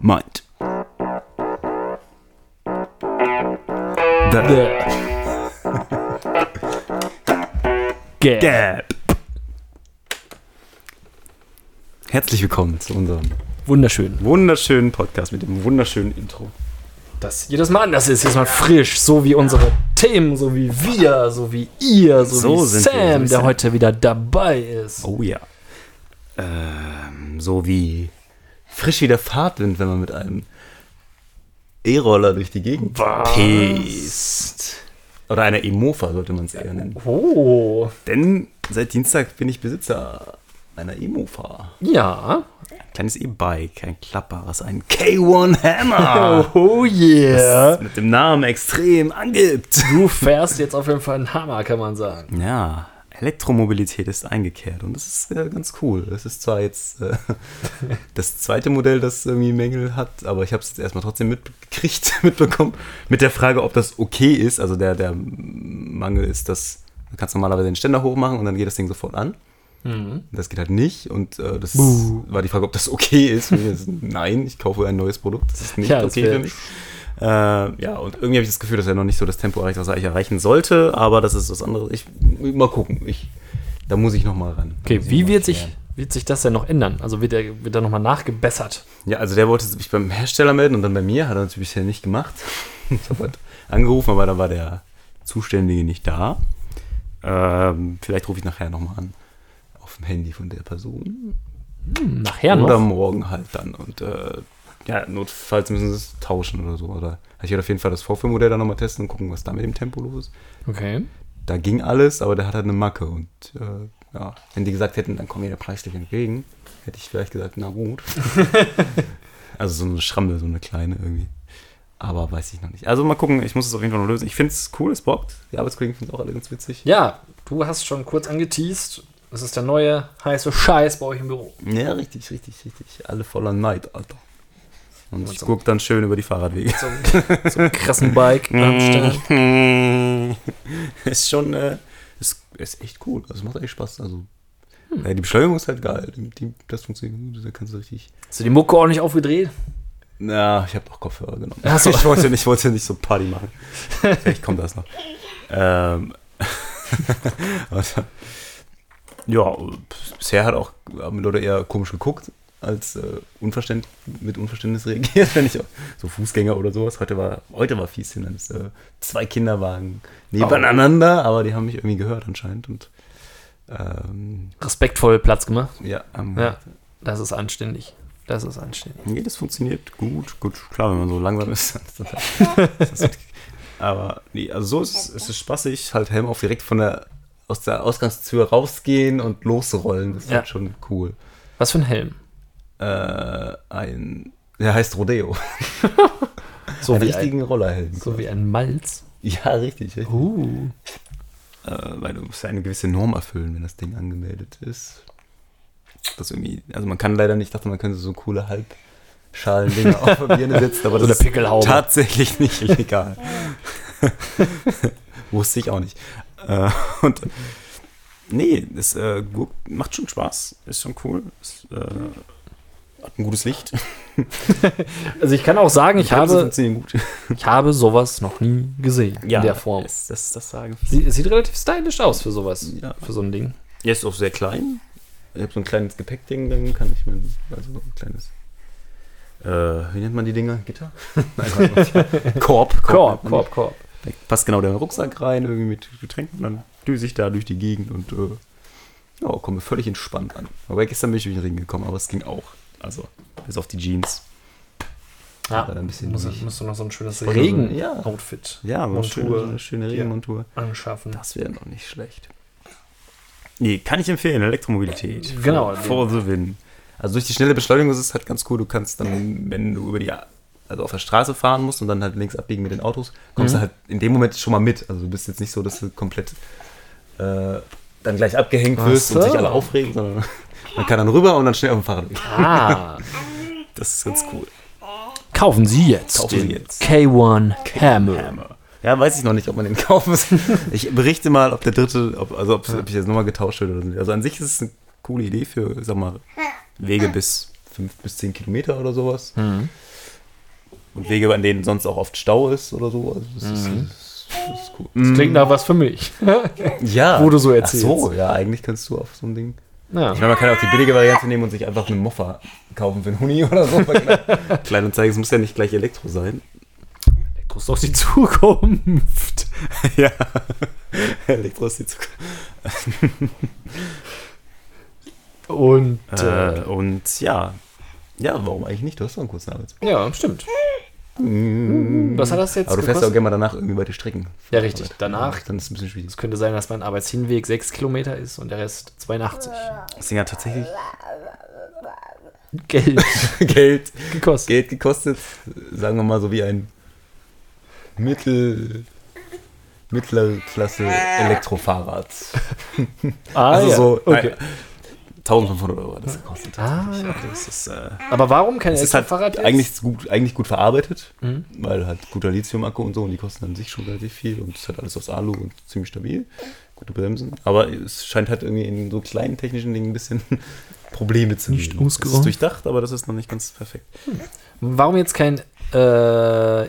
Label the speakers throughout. Speaker 1: Mind.
Speaker 2: Gap.
Speaker 1: Gap. Herzlich willkommen zu unserem
Speaker 2: Wunderschön.
Speaker 1: wunderschönen Podcast mit dem wunderschönen Intro.
Speaker 2: Dass jedes Mal anders ist, jedes Mal frisch, so wie unsere Themen, so wie wir, so wie ihr, so,
Speaker 1: So
Speaker 2: wie
Speaker 1: sind wir,
Speaker 2: Sam,
Speaker 1: so wie
Speaker 2: der
Speaker 1: Sam.
Speaker 2: heute wieder dabei ist.
Speaker 1: Oh ja. Ähm, so wie frisch wieder Fahrtwind, wenn man mit einem E-Roller durch die Gegend
Speaker 2: Was?
Speaker 1: pest. Oder einer E-Mofa sollte man es eher nennen.
Speaker 2: Oh.
Speaker 1: Denn seit Dienstag bin ich Besitzer einer E-Mofa.
Speaker 2: Ja.
Speaker 1: Ein kleines E-Bike, ein Klapper, was ein K1 Hammer
Speaker 2: Oh yeah.
Speaker 1: mit dem Namen extrem angibt.
Speaker 2: Du fährst jetzt auf jeden Fall einen Hammer, kann man sagen.
Speaker 1: Ja, Elektromobilität ist eingekehrt und das ist äh, ganz cool. Das ist zwar jetzt äh, das zweite Modell, das irgendwie Mängel hat, aber ich habe es jetzt erstmal trotzdem mitgekriegt, mitbekommen, mit der Frage, ob das okay ist. Also der, der Mangel ist, dass du kannst normalerweise den Ständer hochmachen und dann geht das Ding sofort an.
Speaker 2: Mhm.
Speaker 1: Das geht halt nicht und äh, das war die Frage, ob das okay ist. Und jetzt, Nein, ich kaufe ein neues Produkt. Das ist nicht
Speaker 2: Ja, das
Speaker 1: okay für
Speaker 2: wär-
Speaker 1: mich. Äh, ja, und irgendwie habe ich das Gefühl, dass er noch nicht so das Tempo erreicht, was er eigentlich erreichen sollte, aber das ist was anderes. Ich mal gucken. Ich, da muss ich nochmal ran. Da
Speaker 2: Okay,
Speaker 1: muss ich
Speaker 2: wie
Speaker 1: noch mal
Speaker 2: wird sich,
Speaker 1: klären.
Speaker 2: wird sich das denn noch ändern? Also wird er, wird er nochmal nachgebessert?
Speaker 1: Ja, also der wollte sich beim Hersteller melden und dann bei mir, hat er natürlich bisher nicht gemacht. Ich habe halt angerufen, aber da war der Zuständige nicht da. Ähm, vielleicht rufe ich nachher nochmal an. Auf dem Handy von der Person.
Speaker 2: Hm, Nachher noch?
Speaker 1: Oder morgen halt dann. Und äh, ja, notfalls müssen sie es tauschen oder so. Oder ich werde auf jeden Fall das Vorführmodell dann nochmal testen und gucken, was da mit dem Tempo los ist.
Speaker 2: Okay.
Speaker 1: da ging alles, aber der hat halt eine Macke. Und äh, ja, wenn die gesagt hätten, dann kommt mir der Preis nicht entgegen, hätte ich vielleicht gesagt, na gut. also so eine Schrammel, so eine kleine irgendwie. Aber weiß ich noch nicht. Also mal gucken, ich muss es auf jeden Fall noch lösen. Ich finde es cool, es bockt. Die Arbeitskollegen finden es auch alle ganz witzig.
Speaker 2: Ja, du hast schon kurz angeteased. Das ist der neue heiße Scheiß bei euch im Büro.
Speaker 1: Ja, richtig, richtig, richtig. Alle voller Neid, Alter. Und ich
Speaker 2: so-
Speaker 1: gucke dann schön über die Fahrradwege.
Speaker 2: So, so einen krassen Bike. anstellen.
Speaker 1: ist schon, äh, ist, ist echt cool. Also es macht echt Spaß. Also, ja, die Beschleunigung ist halt geil. Die, die, das funktioniert gut. Da kannst du richtig.
Speaker 2: Hast du die Mucke ordentlich aufgedreht?
Speaker 1: Na, ich habe doch Kopfhörer genommen.
Speaker 2: Ach so.
Speaker 1: Ich wollte nicht, wollte nicht so Party machen. Vielleicht kommt das noch. Ähm, und, äh, ja, bisher hat auch haben die Leute eher komisch geguckt, als äh, unverständ, mit Unverständnis reagiert, wenn ich auch, so Fußgänger oder sowas. Heute war, heute war fies Hindernis. Äh, zwei Kinderwagen nebeneinander, aber die haben mich irgendwie gehört anscheinend und ähm,
Speaker 2: Respektvoll Platz gemacht.
Speaker 1: ja, haben
Speaker 2: Ja, das ist anständig. Das ist anständig.
Speaker 1: Nee, das funktioniert gut. Gut, klar, wenn man so langsam ist. Dann ist das aber nee, also so ist es, es ist spaßig, halt Helm auf direkt von der aus der Ausgangstür rausgehen und losrollen. Das ist
Speaker 2: Ja.
Speaker 1: halt schon cool.
Speaker 2: Was für ein Helm?
Speaker 1: Äh, ein der heißt Rodeo.
Speaker 2: So,
Speaker 1: Einen
Speaker 2: wie, ein,
Speaker 1: richtigen Rollerhelm.
Speaker 2: so wie ein Malz.
Speaker 1: Ja, richtig. richtig.
Speaker 2: Uh.
Speaker 1: Äh, weil du musst ja eine gewisse Norm erfüllen, wenn das Ding angemeldet ist. Das irgendwie, also man kann leider nicht, ich dachte, man könnte so coole Halbschalen-Dinger auf der Birne setzen, aber
Speaker 2: So
Speaker 1: das
Speaker 2: eine Pickelhaube.
Speaker 1: ist tatsächlich nicht legal. Wusste ich auch nicht. Äh, und nee, das äh, guck- macht schon Spaß, ist schon cool. Es, äh, hat ein gutes Licht.
Speaker 2: Also ich kann auch sagen, ich habe,
Speaker 1: funktionieren gut.
Speaker 2: ich habe sowas noch nie gesehen in der Form.
Speaker 1: Das, das, das sagen
Speaker 2: Sie, es sieht relativ stylisch aus für sowas,
Speaker 1: Ja.
Speaker 2: für so ein Ding.
Speaker 1: Er ist auch sehr klein. Ich habe so ein kleines Gepäckding, dann kann ich mein, also so ein kleines, äh, wie nennt man die Dinger? Gitter? Nein, warte mal. Korb.
Speaker 2: Korb,
Speaker 1: nennt man
Speaker 2: Korb, Korb.
Speaker 1: die. Da passt genau der Rucksack rein, irgendwie mit Getränken, dann düse ich da durch die Gegend und äh, ja, komme völlig entspannt an. Aber gestern bin ich durch den Ring gekommen, aber es ging auch. Also, bis auf die Jeans.
Speaker 2: Ja,
Speaker 1: Hat er ein bisschen
Speaker 2: musst, du-
Speaker 1: nicht.
Speaker 2: musst du noch so ein schönes
Speaker 1: wollte so- ja.
Speaker 2: Regen-Outfit
Speaker 1: Ja, aber schöne, so
Speaker 2: Montur
Speaker 1: eine schöne Regenmontur.
Speaker 2: anschaffen.
Speaker 1: Das wäre noch nicht schlecht. Nee, kann ich empfehlen, Elektromobilität.
Speaker 2: Genau.
Speaker 1: For the win. Also durch die schnelle Beschleunigung ist es halt ganz cool. Du kannst dann, wenn du über die, also auf der Straße fahren musst und dann halt links abbiegen mit den Autos, kommst
Speaker 2: Mhm.
Speaker 1: du halt in dem Moment schon mal mit. Also du bist jetzt nicht so, dass du komplett äh, dann gleich abgehängt
Speaker 2: Ach
Speaker 1: wirst und
Speaker 2: so.
Speaker 1: sich alle aufregen, sondern man kann dann rüber und dann schnell auf dem Fahrrad. gehen.
Speaker 2: Ah.
Speaker 1: Das ist ganz cool.
Speaker 2: Kaufen Sie jetzt
Speaker 1: Kaufen Sie
Speaker 2: den
Speaker 1: jetzt.
Speaker 2: K1 Hammer.
Speaker 1: Ja, weiß ich noch nicht, ob man den kaufen muss. Ich berichte mal, ob der dritte, ob, also ob, ob ich jetzt nochmal getauscht werde oder nicht. Also an sich ist es eine coole Idee für, ich sag mal, Wege bis 5 bis 10 Kilometer oder sowas.
Speaker 2: Mhm.
Speaker 1: Und Wege, an denen sonst auch oft Stau ist oder so. Also das, ist,
Speaker 2: Mhm.
Speaker 1: das, das ist cool. Mhm.
Speaker 2: Das klingt nach was für mich.
Speaker 1: ja.
Speaker 2: wo du so
Speaker 1: Ach so,
Speaker 2: erzählst.
Speaker 1: ja, eigentlich kannst du auf so ein Ding.
Speaker 2: ja.
Speaker 1: Ich meine, man kann auch die billige Variante nehmen und sich einfach eine Moffa kaufen für einen Huni oder so. Kleinanzeigen, es muss ja nicht gleich Elektro sein.
Speaker 2: Elektro ist doch die Zukunft.
Speaker 1: ja. Elektro ist die Zukunft.
Speaker 2: Und
Speaker 1: Äh, und ja. Ja, warum eigentlich nicht? Du hast doch einen kurzen Arbeitsplatz.
Speaker 2: ja, stimmt.
Speaker 1: Mm.
Speaker 2: Was hat das jetzt
Speaker 1: Hm. Aber du fährst ja auch
Speaker 2: gekostet?
Speaker 1: gerne mal danach irgendwie weite Strecken.
Speaker 2: Ja, richtig. Danach,
Speaker 1: Dann ist es ein bisschen schwierig.
Speaker 2: es könnte sein, dass mein Arbeitshinweg 6 Kilometer ist und der Rest 82.
Speaker 1: Das Ding hat tatsächlich
Speaker 2: Geld
Speaker 1: Geld,
Speaker 2: gekostet.
Speaker 1: Geld gekostet. Sagen wir mal so wie ein Mittel, mittlere Klasse Elektrofahrrad.
Speaker 2: Ah,
Speaker 1: Also
Speaker 2: ja.
Speaker 1: so
Speaker 2: okay.
Speaker 1: äh, 1500 Euro hat das gekostet.
Speaker 2: Ah, ja.
Speaker 1: Das ist, äh,
Speaker 2: Aber warum kein
Speaker 1: das ist halt
Speaker 2: Elektrofahrrad jetzt?
Speaker 1: eigentlich gut, eigentlich gut verarbeitet, weil halt guter Lithium-Akku und so und die kosten an sich schon relativ viel und es ist halt alles aus Alu und ziemlich stabil, gute Bremsen. Aber es scheint halt irgendwie in so kleinen technischen Dingen ein bisschen Probleme zu
Speaker 2: Nicht
Speaker 1: geben. Es ist
Speaker 2: ausgeräumt.
Speaker 1: durchdacht, aber das ist noch nicht ganz perfekt.
Speaker 2: Warum jetzt kein äh,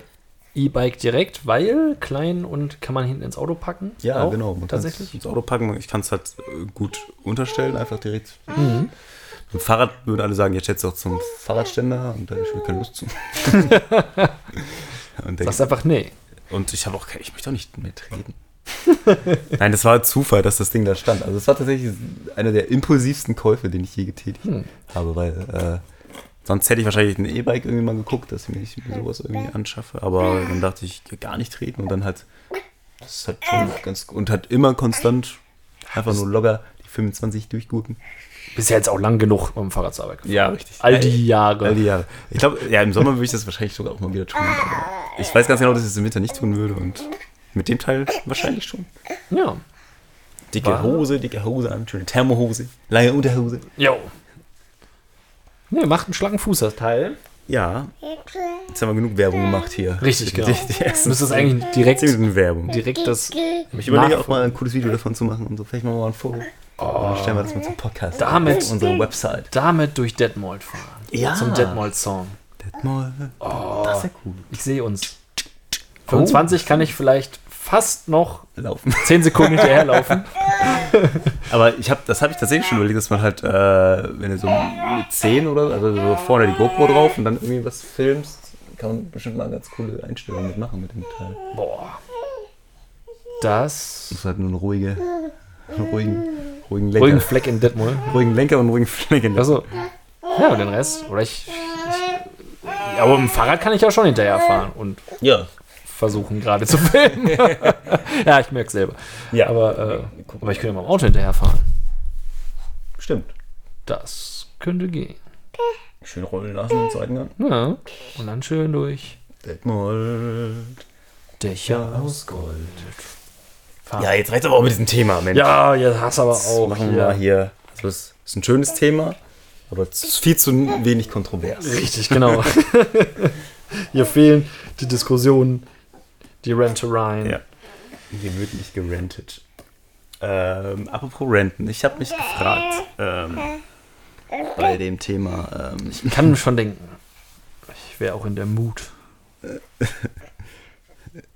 Speaker 2: E-Bike direkt? Weil klein und kann man hinten ins Auto packen?
Speaker 1: Ja,
Speaker 2: Auch?
Speaker 1: genau. Man kann es
Speaker 2: Tatsächlich?
Speaker 1: ins Auto packen. Ich kann es halt äh, gut unterstellen, einfach direkt. Mhm. Beim Fahrrad würden alle sagen, jetzt stellst du auch zum Fahrradständer und da habe ich mir keine Lust zu. und, denk,
Speaker 2: Sagst einfach, nee.
Speaker 1: und ich habe auch keine, ich möchte auch nicht mitreden. Nein, das war Zufall, dass das Ding da stand. Also es war tatsächlich einer der impulsivsten Käufe, den ich je getätigt habe, weil äh, sonst hätte ich wahrscheinlich ein E-Bike irgendwie mal geguckt, dass ich mir sowas irgendwie anschaffe. Aber dann dachte ich, gar nicht treten und dann halt das hat schon ganz und hat immer konstant einfach nur locker die 25 durchgurken.
Speaker 2: Bist ja jetzt auch lang genug, um Fahrrad zur Arbeit zu fahren.
Speaker 1: Ja, richtig.
Speaker 2: All die Jahre.
Speaker 1: All die Jahre. Ich glaube, ja, im Sommer würde ich das wahrscheinlich sogar auch mal wieder tun. aber Ich weiß ganz genau, dass ich es im Winter nicht tun würde und mit dem Teil wahrscheinlich schon.
Speaker 2: Ja.
Speaker 1: Dicke Hose, dicke Hose an, schöne Thermohose, lange Unterhose.
Speaker 2: Jo. Nee, macht einen schlanken Fuß, das Teil.
Speaker 1: Ja, jetzt haben wir genug Werbung gemacht hier.
Speaker 2: Richtig, genau.
Speaker 1: Die, die ersten
Speaker 2: Müsste es eigentlich direkt,
Speaker 1: 10 Minuten Werbung.
Speaker 2: direkt das.
Speaker 1: Ich überlege auch mal ein cooles Video davon zu machen und so. Vielleicht machen wir mal ein Foto. Dann stellen wir das mal zum Podcast.
Speaker 2: Oh. Damit-
Speaker 1: auf Unsere Website.
Speaker 2: Damit durch Detmold fahren.
Speaker 1: Ja.
Speaker 2: Zum Detmold-Song.
Speaker 1: Detmold.
Speaker 2: Oh.
Speaker 1: Das ist ja cool.
Speaker 2: Ich sehe uns. 25 kann ich vielleicht fast noch
Speaker 1: Laufen.
Speaker 2: 10 Sekunden hinterherlaufen.
Speaker 1: Aber ich hab, das habe ich tatsächlich schon überlegt, dass man halt, äh, wenn du so mit 10 oder also so vorne die GoPro drauf und dann irgendwie was filmst, kann man bestimmt mal ganz coole Einstellungen mitmachen mit dem Teil.
Speaker 2: Boah. Das.
Speaker 1: Das ist halt nur ein ruhige, einen ruhigen, ruhigen Lenker.
Speaker 2: Ruhigen Fleck in Detmold.
Speaker 1: ruhigen Lenker und ruhigen Flecken.
Speaker 2: Also, ja, und den Rest. Oder ich. ich ja, aber mit dem Fahrrad kann ich ja schon hinterherfahren und
Speaker 1: ja.
Speaker 2: versuchen, gerade zu filmen. ja, ich merke es selber.
Speaker 1: Ja,
Speaker 2: Aber, äh, aber ich könnte mit dem Auto hinterherfahren.
Speaker 1: stimmt.
Speaker 2: Das könnte gehen.
Speaker 1: Schön rollen lassen im zweiten Gang.
Speaker 2: Ja. Und dann schön durch
Speaker 1: Detmold.
Speaker 2: Dächer aus Gold.
Speaker 1: Ja, jetzt reicht's aber auch mit diesem Thema, Mensch.
Speaker 2: Ja, jetzt hast du aber auch.
Speaker 1: machen wir mal hier. Also es ist ein schönes Thema, aber es ist viel zu wenig kontrovers.
Speaker 2: Richtig, genau. hier fehlen die Diskussionen, die Rente Ryan.
Speaker 1: Ja. Hier wird nicht gerentet. Ähm, apropos Renten, ich habe mich gefragt ähm, bei dem Thema, ähm,
Speaker 2: Ich kann schon denken. Ich wäre auch in der Mut.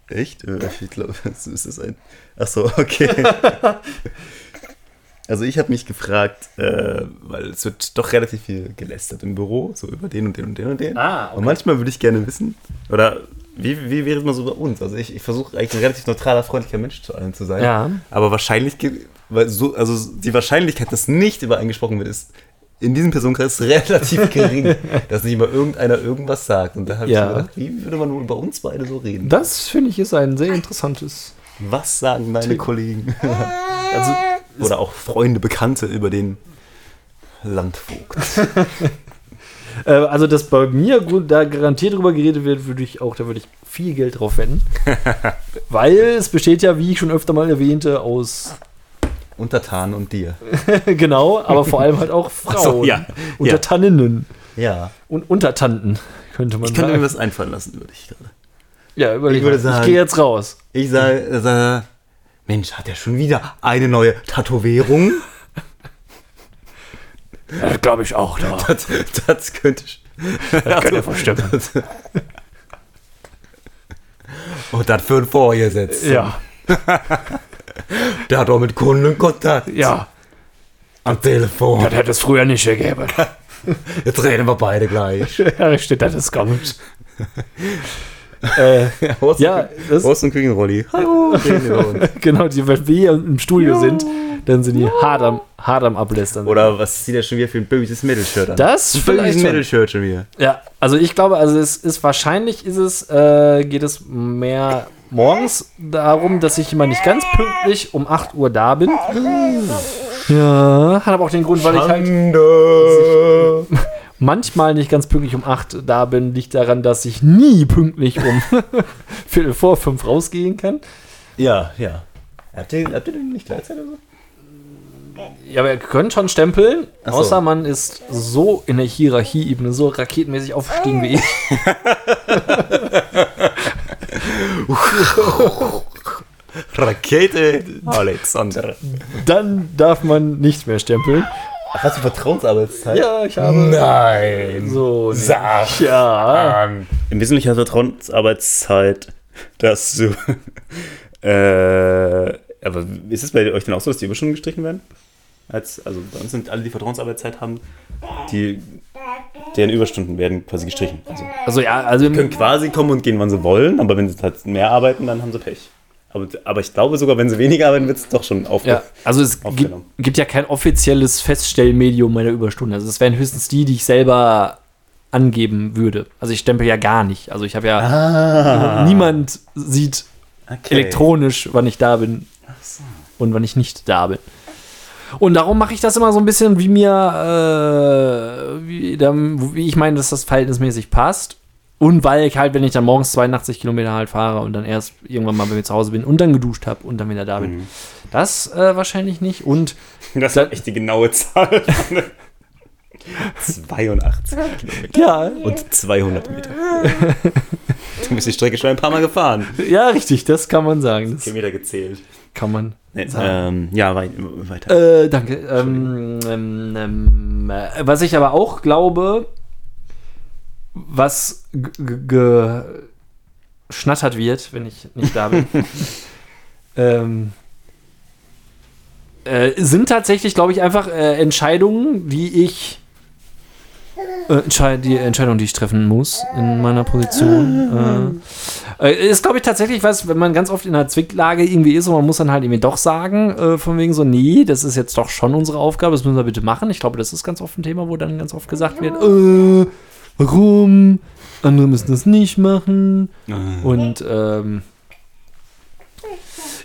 Speaker 1: Echt? Äh, Ich glaube, es ist es ein. Achso, okay. Also ich habe mich gefragt, äh, weil es wird doch relativ viel gelästert im Büro, so über den und den und den und den.
Speaker 2: Ah, okay.
Speaker 1: Und manchmal würde ich gerne wissen, oder wie, wie wäre man so bei uns? Also ich, ich versuche eigentlich ein relativ neutraler, freundlicher Mensch zu allen zu sein.
Speaker 2: Ja.
Speaker 1: Aber wahrscheinlich, ge- weil so, also die Wahrscheinlichkeit, dass nicht über einen gesprochen wird, ist in diesem Personenkreis relativ gering, dass nicht mal irgendeiner irgendwas sagt. Und da habe
Speaker 2: Ja.
Speaker 1: ich mir gedacht, wie würde man nur über uns beide so reden?
Speaker 2: Das finde ich ist ein sehr interessantes.
Speaker 1: Was sagen meine Kollegen? also, oder auch Freunde, Bekannte über den Landvogt.
Speaker 2: Äh, also, dass bei mir gut, da garantiert drüber geredet wird, würde ich auch, da würde ich viel Geld drauf wetten. Weil es besteht ja, wie ich schon öfter mal erwähnte, aus
Speaker 1: Untertan und dir.
Speaker 2: genau, aber vor allem halt auch Frauen.
Speaker 1: so, ja, ja.
Speaker 2: Untertaninnen
Speaker 1: Ja.
Speaker 2: und Untertanten, könnte man
Speaker 1: Ich könnte mir
Speaker 2: sagen.
Speaker 1: was einfallen lassen über dich gerade.
Speaker 2: Ja, überleg
Speaker 1: ich würde
Speaker 2: mal.
Speaker 1: sagen-
Speaker 2: ich gehe jetzt raus.
Speaker 1: Ich äh, sage, sage, Mensch, hat er schon wieder eine neue Tätowierung?
Speaker 2: Ja, Glaube ich auch. Da.
Speaker 1: Das, das könnte ich.
Speaker 2: Das könnt ihr verstimmen.
Speaker 1: Und das für ein Vorgesetzt.
Speaker 2: Ja,
Speaker 1: Der hat auch mit Kunden Kontakt.
Speaker 2: ja.
Speaker 1: Am Telefon.
Speaker 2: Das hätte es früher nicht gegeben.
Speaker 1: Jetzt reden wir beide gleich.
Speaker 2: Ja, richtig, das ist komisch. äh, ja, das,
Speaker 1: Horst und kriegen Rolli. Hallo. reden über uns.
Speaker 2: genau, die, wenn wir hier im Studio sind, dann sind die hart am, hart am Ablästern.
Speaker 1: Oder was zieht er schon wieder für ein böses Mittelshirt an?
Speaker 2: Das
Speaker 1: ein böses
Speaker 2: vielleicht schon.
Speaker 1: Mittelshirt schon wieder.
Speaker 2: Ja, also ich glaube, also es ist wahrscheinlich ist es, äh, geht es mehr morgens darum, dass ich immer nicht ganz pünktlich um 8 Uhr da bin. Ja, hat aber auch den Grund, weil ich halt
Speaker 1: Schande.
Speaker 2: manchmal nicht ganz pünktlich um 8 da bin, liegt daran, dass ich nie pünktlich um Viertel vor fünf rausgehen kann.
Speaker 1: Ja, ja. Habt ihr, habt ihr denn nicht Gleitzeit oder so?
Speaker 2: Ja, wir können schon stempeln,
Speaker 1: so.
Speaker 2: außer man ist so in der Hierarchieebene, so raketenmäßig aufgestiegen wie ich.
Speaker 1: Rakete Alexander.
Speaker 2: Dann darf man nicht mehr stempeln.
Speaker 1: Hast du Vertrauensarbeitszeit?
Speaker 2: Ja, ich habe.
Speaker 1: Nein.
Speaker 2: So, nee.
Speaker 1: Sag
Speaker 2: ja.
Speaker 1: an. Im Wesentlichen hast du Vertrauensarbeitszeit, dass du. äh, aber ist es bei euch denn auch so, dass die Überstunden gestrichen werden? Als, also bei uns sind alle, die Vertrauensarbeitszeit haben, die, deren Überstunden werden quasi gestrichen. Also
Speaker 2: Also ja, also
Speaker 1: können quasi kommen und gehen, wann sie wollen, aber wenn sie halt mehr arbeiten, dann haben sie Pech. Aber, aber ich glaube sogar, wenn sie weniger arbeiten, wird es doch schon aufge
Speaker 2: ja, also es gibt,
Speaker 1: Aufstellung.
Speaker 2: gibt ja kein offizielles Feststellmedium meiner Überstunden. Also es wären höchstens die, die ich selber angeben würde. Also ich stempel ja gar nicht. Also ich habe ja niemand sieht
Speaker 1: okay.
Speaker 2: elektronisch, wann ich da bin und wann ich nicht da bin. Und darum mache ich das immer so ein bisschen, wie mir, äh, wie, dann, wie ich meine, dass das verhältnismäßig passt. Und weil ich halt, wenn ich dann morgens 82 Kilometer halt fahre und dann erst irgendwann mal bei mir zu Hause bin und dann geduscht habe und dann wieder da bin. Das äh, wahrscheinlich nicht. Und
Speaker 1: Das ist echt die genaue Zahl. 82 Kilometer
Speaker 2: ja,
Speaker 1: und 200 Meter. Du bist die Strecke schon ein paar Mal gefahren.
Speaker 2: ja, richtig, das kann man sagen. Das
Speaker 1: Kilometer gezählt.
Speaker 2: kann man.
Speaker 1: Nee,
Speaker 2: So.
Speaker 1: ähm, ja, wei weiter.
Speaker 2: Äh, danke. Ähm, ähm, ähm, äh, was ich aber auch glaube, was g- g- geschnattert wird, wenn ich nicht da bin, ähm, äh, sind tatsächlich, glaube ich, einfach äh, Entscheidungen, die ich äh, entschei- die Entscheidung, die ich treffen muss in meiner Position. Äh, äh, ist, glaube ich, tatsächlich was, wenn man ganz oft in einer Zwicklage irgendwie ist und man muss dann halt irgendwie doch sagen, äh, von wegen so, nee, das ist jetzt doch schon unsere Aufgabe, das müssen wir bitte machen. Ich glaube, das ist ganz oft ein Thema, wo dann ganz oft gesagt wird, äh, warum? Andere müssen das nicht machen. Und ähm,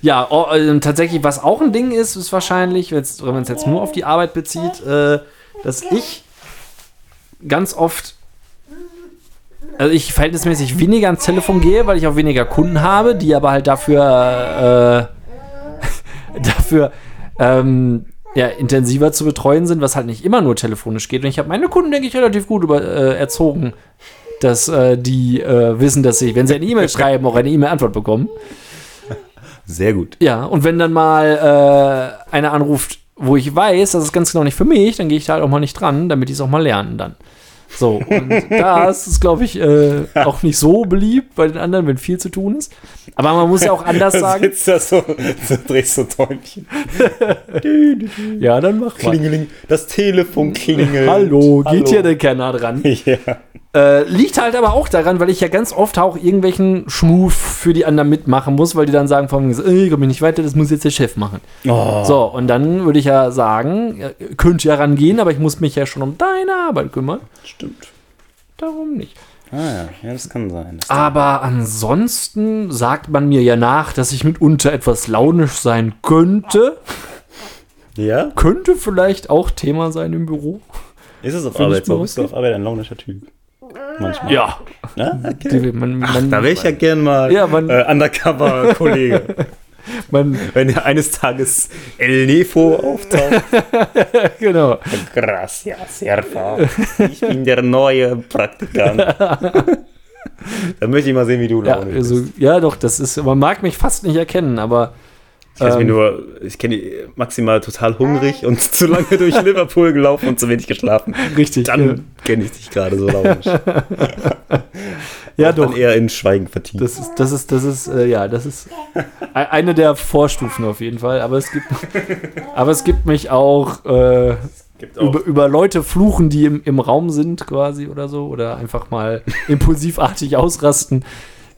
Speaker 2: ja, oh, ähm, tatsächlich, was auch ein Ding ist, ist wahrscheinlich, wenn's- wenn man es jetzt nur auf die Arbeit bezieht, äh, dass ich ganz oft, also ich verhältnismäßig weniger ans Telefon gehe, weil ich auch weniger Kunden habe, die aber halt dafür, äh, dafür ähm, ja, intensiver zu betreuen sind, was halt nicht immer nur telefonisch geht. Und ich habe meine Kunden, denke ich, relativ gut über, äh, erzogen, dass äh, die äh, wissen, dass sie, wenn sie eine E-Mail schreiben, auch eine E-Mail-Antwort bekommen.
Speaker 1: Sehr gut.
Speaker 2: Ja, und wenn dann mal äh, einer anruft, wo ich weiß, das ist ganz genau nicht für mich, dann gehe ich da halt auch mal nicht dran, damit die es auch mal lernen dann. So, und das ist, glaube ich, äh, auch nicht so beliebt bei den anderen, wenn viel zu tun ist. Aber man muss ja auch anders sagen.
Speaker 1: Sitzt da so, so drehst so Däumchen.
Speaker 2: Ja, dann mach mal.
Speaker 1: Klingeling, das Telefon klingelt.
Speaker 2: Hallo, geht hier der Kerner dran?
Speaker 1: Ja.
Speaker 2: Äh, liegt halt aber auch daran, weil ich ja ganz oft auch irgendwelchen Schmuf für die anderen mitmachen muss, weil die dann sagen, von wegen, äh, ich komme nicht weiter, das muss jetzt der Chef machen.
Speaker 1: Oh.
Speaker 2: So, und dann würde ich ja sagen, ja, könnte ja rangehen, aber ich muss mich ja schon um deine Arbeit kümmern.
Speaker 1: Stimmt.
Speaker 2: Darum nicht.
Speaker 1: Ah ja, ja das kann sein. Das
Speaker 2: Aber ansonsten sagt man mir ja nach, dass ich mitunter etwas launisch sein könnte.
Speaker 1: ja?
Speaker 2: Könnte vielleicht auch Thema sein im Büro.
Speaker 1: Ist es auf
Speaker 2: Find ich
Speaker 1: Arbeit so?
Speaker 2: mal
Speaker 1: Bist du
Speaker 2: lustig.
Speaker 1: auf Arbeit ein launischer Typ? Manchmal.
Speaker 2: Ja.
Speaker 1: Ah, okay.
Speaker 2: Die, man, man,
Speaker 1: Da wäre ich ja gern mal
Speaker 2: Ja, man-
Speaker 1: äh, Undercover-Kollege.
Speaker 2: man,
Speaker 1: Wenn ihr eines Tages El Nefo auftaucht.
Speaker 2: genau.
Speaker 1: Gracias, Serpa. Ich bin der neue Praktikant. da möchte ich mal sehen, wie du
Speaker 2: Ja,
Speaker 1: Laune
Speaker 2: also,
Speaker 1: bist.
Speaker 2: ja, doch, das ist, man mag mich fast nicht erkennen, aber
Speaker 1: Ich, weiß mir nur, ich kenne die maximal total hungrig und zu lange durch Liverpool gelaufen und zu wenig geschlafen.
Speaker 2: Richtig.
Speaker 1: Dann
Speaker 2: ja.
Speaker 1: kenne ich dich gerade so launisch.
Speaker 2: ja,
Speaker 1: Auch Dann
Speaker 2: doch.
Speaker 1: eher in Schweigen vertieft.
Speaker 2: Das ist, das ist, das ist, äh, ja, das ist e- eine der Vorstufen auf jeden Fall. Aber es gibt, aber es gibt mich auch, äh,
Speaker 1: gibt
Speaker 2: über, über Leute fluchen, die im, im Raum sind quasi oder so. Oder einfach mal impulsivartig ausrasten.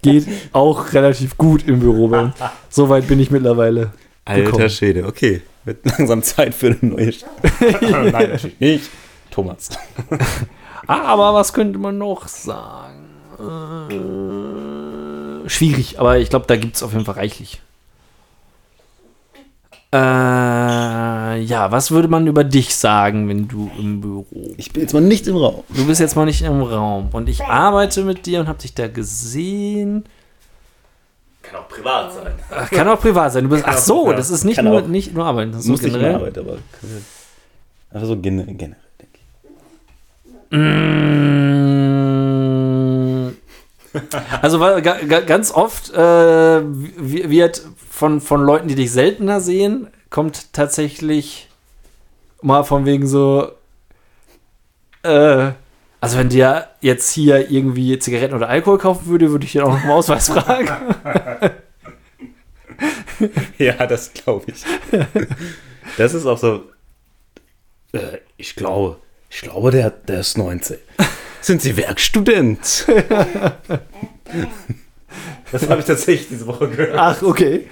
Speaker 2: Geht auch relativ gut im Büro. Bei. So weit bin ich mittlerweile.
Speaker 1: Alter
Speaker 2: gekommen.
Speaker 1: Schwede, okay. Wird langsam Zeit für eine neue Sch Nein, natürlich nicht. Thomas.
Speaker 2: Aber was könnte man noch sagen? Äh, schwierig, aber ich glaube, da gibt es auf jeden Fall reichlich. Äh, ja, was würde man über dich sagen, wenn du im Büro
Speaker 1: Ich bin jetzt mal nicht im Raum.
Speaker 2: Du bist jetzt mal nicht im Raum und ich arbeite mit dir und habe dich da gesehen.
Speaker 1: Kann auch privat sein.
Speaker 2: Ach, kann auch privat sein. Du bist, ach so,
Speaker 1: ja.
Speaker 2: das ist nicht
Speaker 1: Kann
Speaker 2: nur,
Speaker 1: auch.
Speaker 2: nicht nur arbeiten. Das ist
Speaker 1: Das muss
Speaker 2: so
Speaker 1: nicht mehr
Speaker 2: generell.
Speaker 1: Arbeit, aber. Einfach so gene- generell, denke ich.
Speaker 2: Mm. Also weil ga, ga, ganz oft äh, wi- wird von, von Leuten, die dich seltener sehen, kommt tatsächlich mal von wegen so, äh, also wenn dir jetzt hier irgendwie Zigaretten oder Alkohol kaufen würde, würde ich dir auch noch einen Ausweis fragen.
Speaker 1: Ja, das glaube ich. Das ist auch so. Äh, ich glaube, ich glaube, der, der ist 19. Sind Sie Werkstudent? das habe ich tatsächlich diese Woche gehört.
Speaker 2: Ach, okay.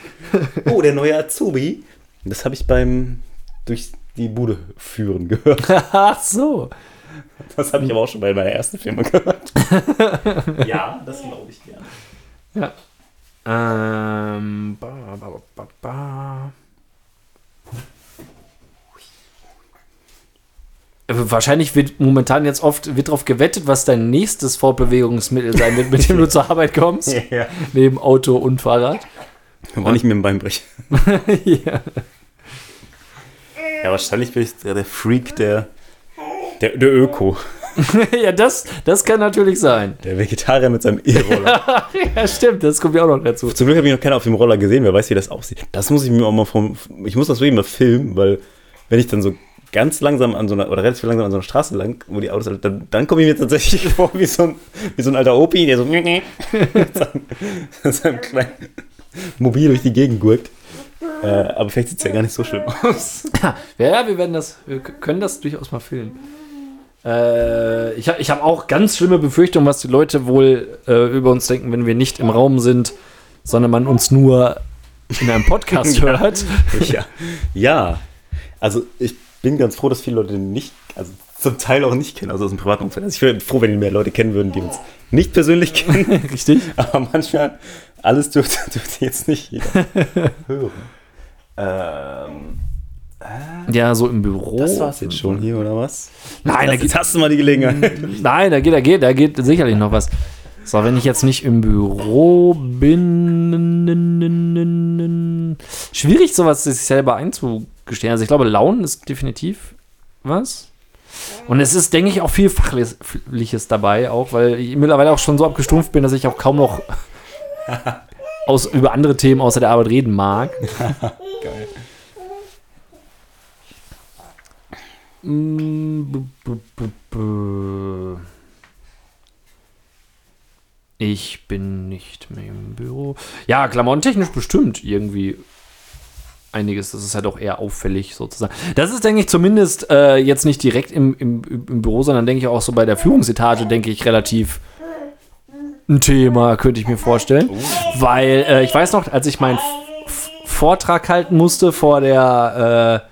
Speaker 1: Oh, der neue Azubi. Das habe ich beim durch die Bude führen gehört.
Speaker 2: Ach so.
Speaker 1: Das habe ich aber auch schon bei meiner ersten Firma gehört. ja, das glaube ich gerne.
Speaker 2: Ja. Ähm, ba, ba, ba, ba, ba. Äh, Wahrscheinlich wird momentan jetzt oft wird darauf gewettet, was dein nächstes Fortbewegungsmittel sein wird, mit dem du zur Arbeit kommst.
Speaker 1: Ja.
Speaker 2: Neben Auto und Fahrrad.
Speaker 1: Wann ich mir ein Bein breche.
Speaker 2: ja.
Speaker 1: Ja, wahrscheinlich bin ich der, der Freak, der, der, der Öko.
Speaker 2: ja, das, das kann natürlich sein.
Speaker 1: Der Vegetarier mit seinem E-Roller.
Speaker 2: Ja, stimmt, das kommt ja auch noch dazu.
Speaker 1: Zum Glück habe ich noch keiner auf dem Roller gesehen, wer weiß, wie das aussieht. Das muss ich mir auch mal vom. Ich muss das wirklich mal filmen, weil wenn ich dann so ganz langsam an so einer, oder relativ langsam an so einer Straße lang, wo die Autos, halt, dann, dann komme ich mir tatsächlich vor wie so ein, wie so ein alter Opi, der so mit seinem, mit seinem kleinen Mobil durch die Gegend gurkt. Äh, aber vielleicht sieht es ja gar nicht so schlimm aus.
Speaker 2: Ja, ja, wir werden das, wir k- können das durchaus mal filmen. Äh, ich habe ich hab auch ganz schlimme Befürchtungen, was die Leute wohl äh, über uns denken, wenn wir nicht im Raum sind, sondern man uns nur in einem Podcast hört.
Speaker 1: ja. ja, also ich bin ganz froh, dass viele Leute nicht, also zum Teil auch nicht kennen, also aus dem privaten Umfeld. Also ich wäre froh, wenn mehr Leute kennen würden, die uns nicht persönlich kennen.
Speaker 2: Richtig?
Speaker 1: Aber manchmal, alles dürfte, dürfte jetzt nicht jeder hören. Ähm,
Speaker 2: Ja, so im Büro.
Speaker 1: das war's jetzt schon hier, oder was?
Speaker 2: Nein, da
Speaker 1: das,
Speaker 2: geht,
Speaker 1: jetzt hast du mal die Gelegenheit.
Speaker 2: nein, da geht, da geht, da geht sicherlich noch was. So, wenn ich jetzt nicht im Büro bin, schwierig sowas sich selber einzugestehen. Also ich glaube, Launen ist definitiv was. Und es ist, denke ich, auch viel Fachliches dabei, auch weil ich mittlerweile auch schon so abgestumpft bin, dass ich auch kaum noch aus, über andere Themen außer der Arbeit reden mag.
Speaker 1: Geil.
Speaker 2: Mm, b- b- b- b- Ich bin nicht mehr im Büro. Ja, klamottentechnisch bestimmt irgendwie einiges. Das ist halt auch eher auffällig sozusagen. Das ist, denke ich, zumindest äh, jetzt nicht direkt im, im, im Büro, sondern denke ich auch so bei der Führungsetage, denke ich, relativ ein Thema, könnte ich mir vorstellen. Weil äh, ich weiß noch, als ich meinen F- Vortrag halten musste vor der... Äh,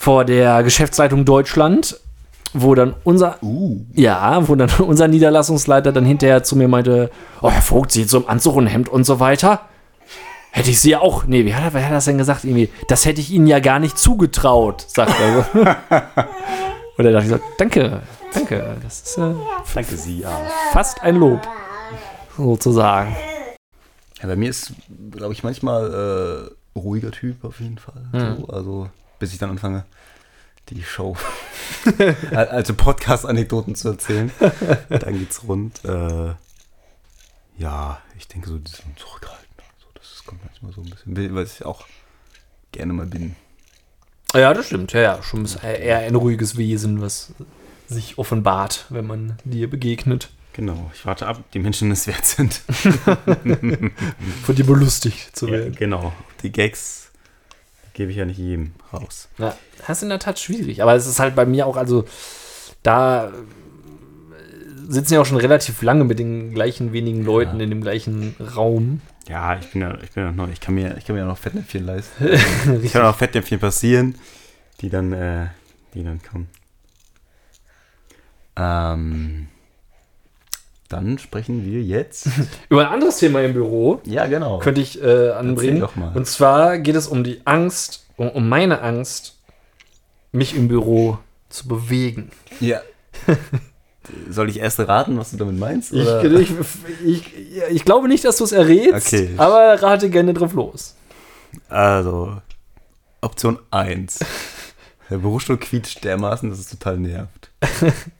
Speaker 2: vor der Geschäftsleitung Deutschland, wo dann unser
Speaker 1: Uh.
Speaker 2: ja, wo dann unser Niederlassungsleiter dann hinterher zu mir meinte, oh Herr Vogt, Sie jetzt so im Anzug und Hemd und so weiter. Hätte ich sie ja auch. Nee, wie hat er, wie hat er das denn gesagt? Irgendwie, das hätte ich Ihnen ja gar nicht zugetraut, sagt er. so. und da dachte ich so, danke, danke. Das ist äh,
Speaker 1: Danke, Sie, ja.
Speaker 2: fast ein Lob. Sozusagen.
Speaker 1: Ja, bei mir ist, glaube ich, manchmal äh, ruhiger Typ auf jeden Fall. So, also, bis ich dann anfange, die Show, al- alte Podcast-Anekdoten zu erzählen. dann geht's rund. Äh, ja, ich denke, so, so ein zurückhaltend. So, das ist kommt manchmal so ein bisschen, weil ich auch gerne mal bin.
Speaker 2: Ja, das stimmt. Ja, ja. Schon ist eher ein ruhiges Wesen, was sich offenbart, wenn man dir begegnet.
Speaker 1: Genau, ich warte ab, die Menschen es wert sind.
Speaker 2: Von dir belustigt zu
Speaker 1: Ja,
Speaker 2: werden.
Speaker 1: genau, die Gags gebe ich ja nicht jedem raus.
Speaker 2: Ja, das ist in der Tat schwierig. Aber es ist halt bei mir auch, also da äh, sitzen ja auch schon relativ lange mit den gleichen wenigen Leuten in dem gleichen Raum.
Speaker 1: Ja, ich bin ja, ich bin ja noch neu, ich kann mir, ich kann mir ja noch Fettnäpfchen leisten. ich kann auch Fettnäpfchen passieren, die dann, äh, die dann kommen. Ähm, dann sprechen wir jetzt.
Speaker 2: Über ein anderes Thema im Büro
Speaker 1: ja, genau.
Speaker 2: könnte ich äh, anbringen.
Speaker 1: doch mal.
Speaker 2: Und zwar geht es um die Angst, um, um meine Angst, mich im Büro zu bewegen.
Speaker 1: Ja. Soll ich erst raten, was du damit meinst?
Speaker 2: Ich,
Speaker 1: Oder?
Speaker 2: ich, ich, ich glaube nicht, dass du es errätst,
Speaker 1: Okay.
Speaker 2: aber rate gerne drauf los.
Speaker 1: Also, Option 1. Der Bürostuhl quietscht dermaßen, dass es total nervt.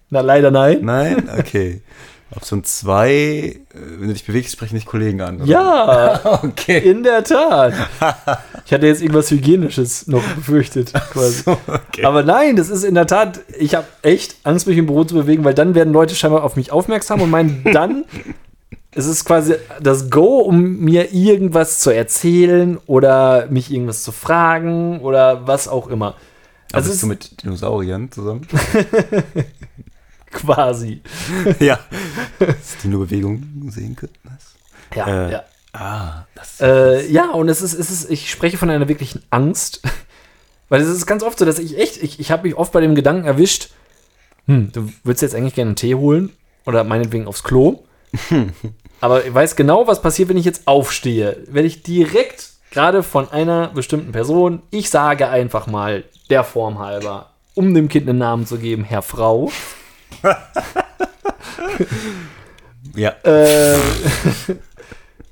Speaker 2: Na, leider nein.
Speaker 1: Nein? Okay. Option 2, äh, wenn du dich bewegst, sprechen dich Kollegen an. oder?
Speaker 2: Ja,
Speaker 1: Okay.
Speaker 2: in der Tat. Ich hatte jetzt irgendwas Hygienisches noch befürchtet. Quasi.
Speaker 1: So, okay.
Speaker 2: Aber nein, das ist in der Tat, ich habe echt Angst, mich im Büro zu bewegen, weil dann werden Leute scheinbar auf mich aufmerksam und meinen dann, es ist quasi das Go, um mir irgendwas zu erzählen oder mich irgendwas zu fragen oder was auch immer.
Speaker 1: Aber
Speaker 2: Also
Speaker 1: bist
Speaker 2: es ist
Speaker 1: du mit Dinosauriern zusammen?
Speaker 2: quasi.
Speaker 1: ja. Dass die nur Bewegung sehen könnten. Was?
Speaker 2: Ja,
Speaker 1: Äh,
Speaker 2: ja.
Speaker 1: Ah, das
Speaker 2: Äh, ja, und es ist, es ist, ich spreche von einer wirklichen Angst. Weil es ist ganz oft so, dass ich echt, ich, ich habe mich oft bei dem Gedanken erwischt, hm, du würdest jetzt eigentlich gerne einen Tee holen oder meinetwegen aufs Klo. Aber ich weiß genau, was passiert, wenn ich jetzt aufstehe. Werde ich direkt gerade von einer bestimmten Person, ich sage einfach mal der Form halber, um dem Kind einen Namen zu geben, Herr Frau.
Speaker 1: ja.
Speaker 2: Äh,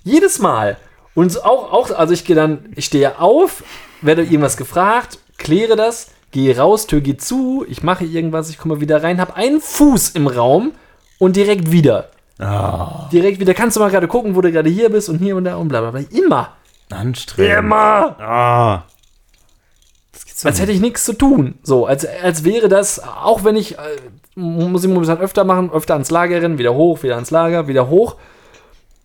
Speaker 2: jedes Mal. Und so auch, auch, also ich gehe dann, ich stehe auf, werde irgendwas gefragt, kläre das, gehe raus, Tür geht zu, ich mache irgendwas, ich komme wieder rein, habe einen Fuß im Raum und direkt wieder. Direkt wieder, kannst du mal gerade gucken, wo du gerade hier bist und hier und da und bla bla bla. Immer.
Speaker 1: Anstrengend.
Speaker 2: Immer.
Speaker 1: Ah. Das gibt's doch
Speaker 2: Als hätte ich nichts zu tun. So, als, als wäre das, auch wenn ich, äh, muss ich momentan öfter machen, öfter ans Lager rennen, wieder hoch, wieder ans Lager, wieder hoch.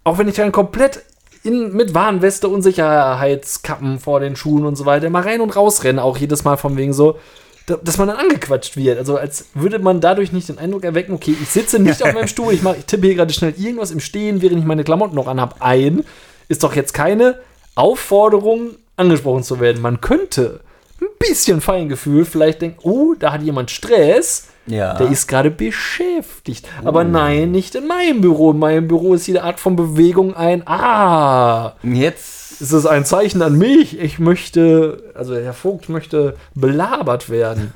Speaker 2: Auch wenn ich dann komplett in, mit Warnweste und Sicherheitskappen vor den Schuhen und so weiter mal rein und raus renne, auch jedes Mal von wegen so, da- dass man dann angequatscht wird. Also als würde man dadurch nicht den Eindruck erwecken, okay, ich sitze nicht auf meinem Stuhl, ich, mach, ich tippe hier gerade schnell irgendwas im Stehen, während ich meine Klamotten noch anhab, ein. Ist doch jetzt keine Aufforderung, angesprochen zu werden. Man könnte ein bisschen Feingefühl vielleicht denken, oh, da hat jemand Stress.
Speaker 1: Ja.
Speaker 2: Der ist gerade beschäftigt. Aber nein, nicht in meinem Büro. In meinem Büro ist jede Art von Bewegung ein, ah,
Speaker 1: Jetzt.
Speaker 2: ist es ein Zeichen an mich? Ich möchte, also Herr Vogt möchte belabert werden.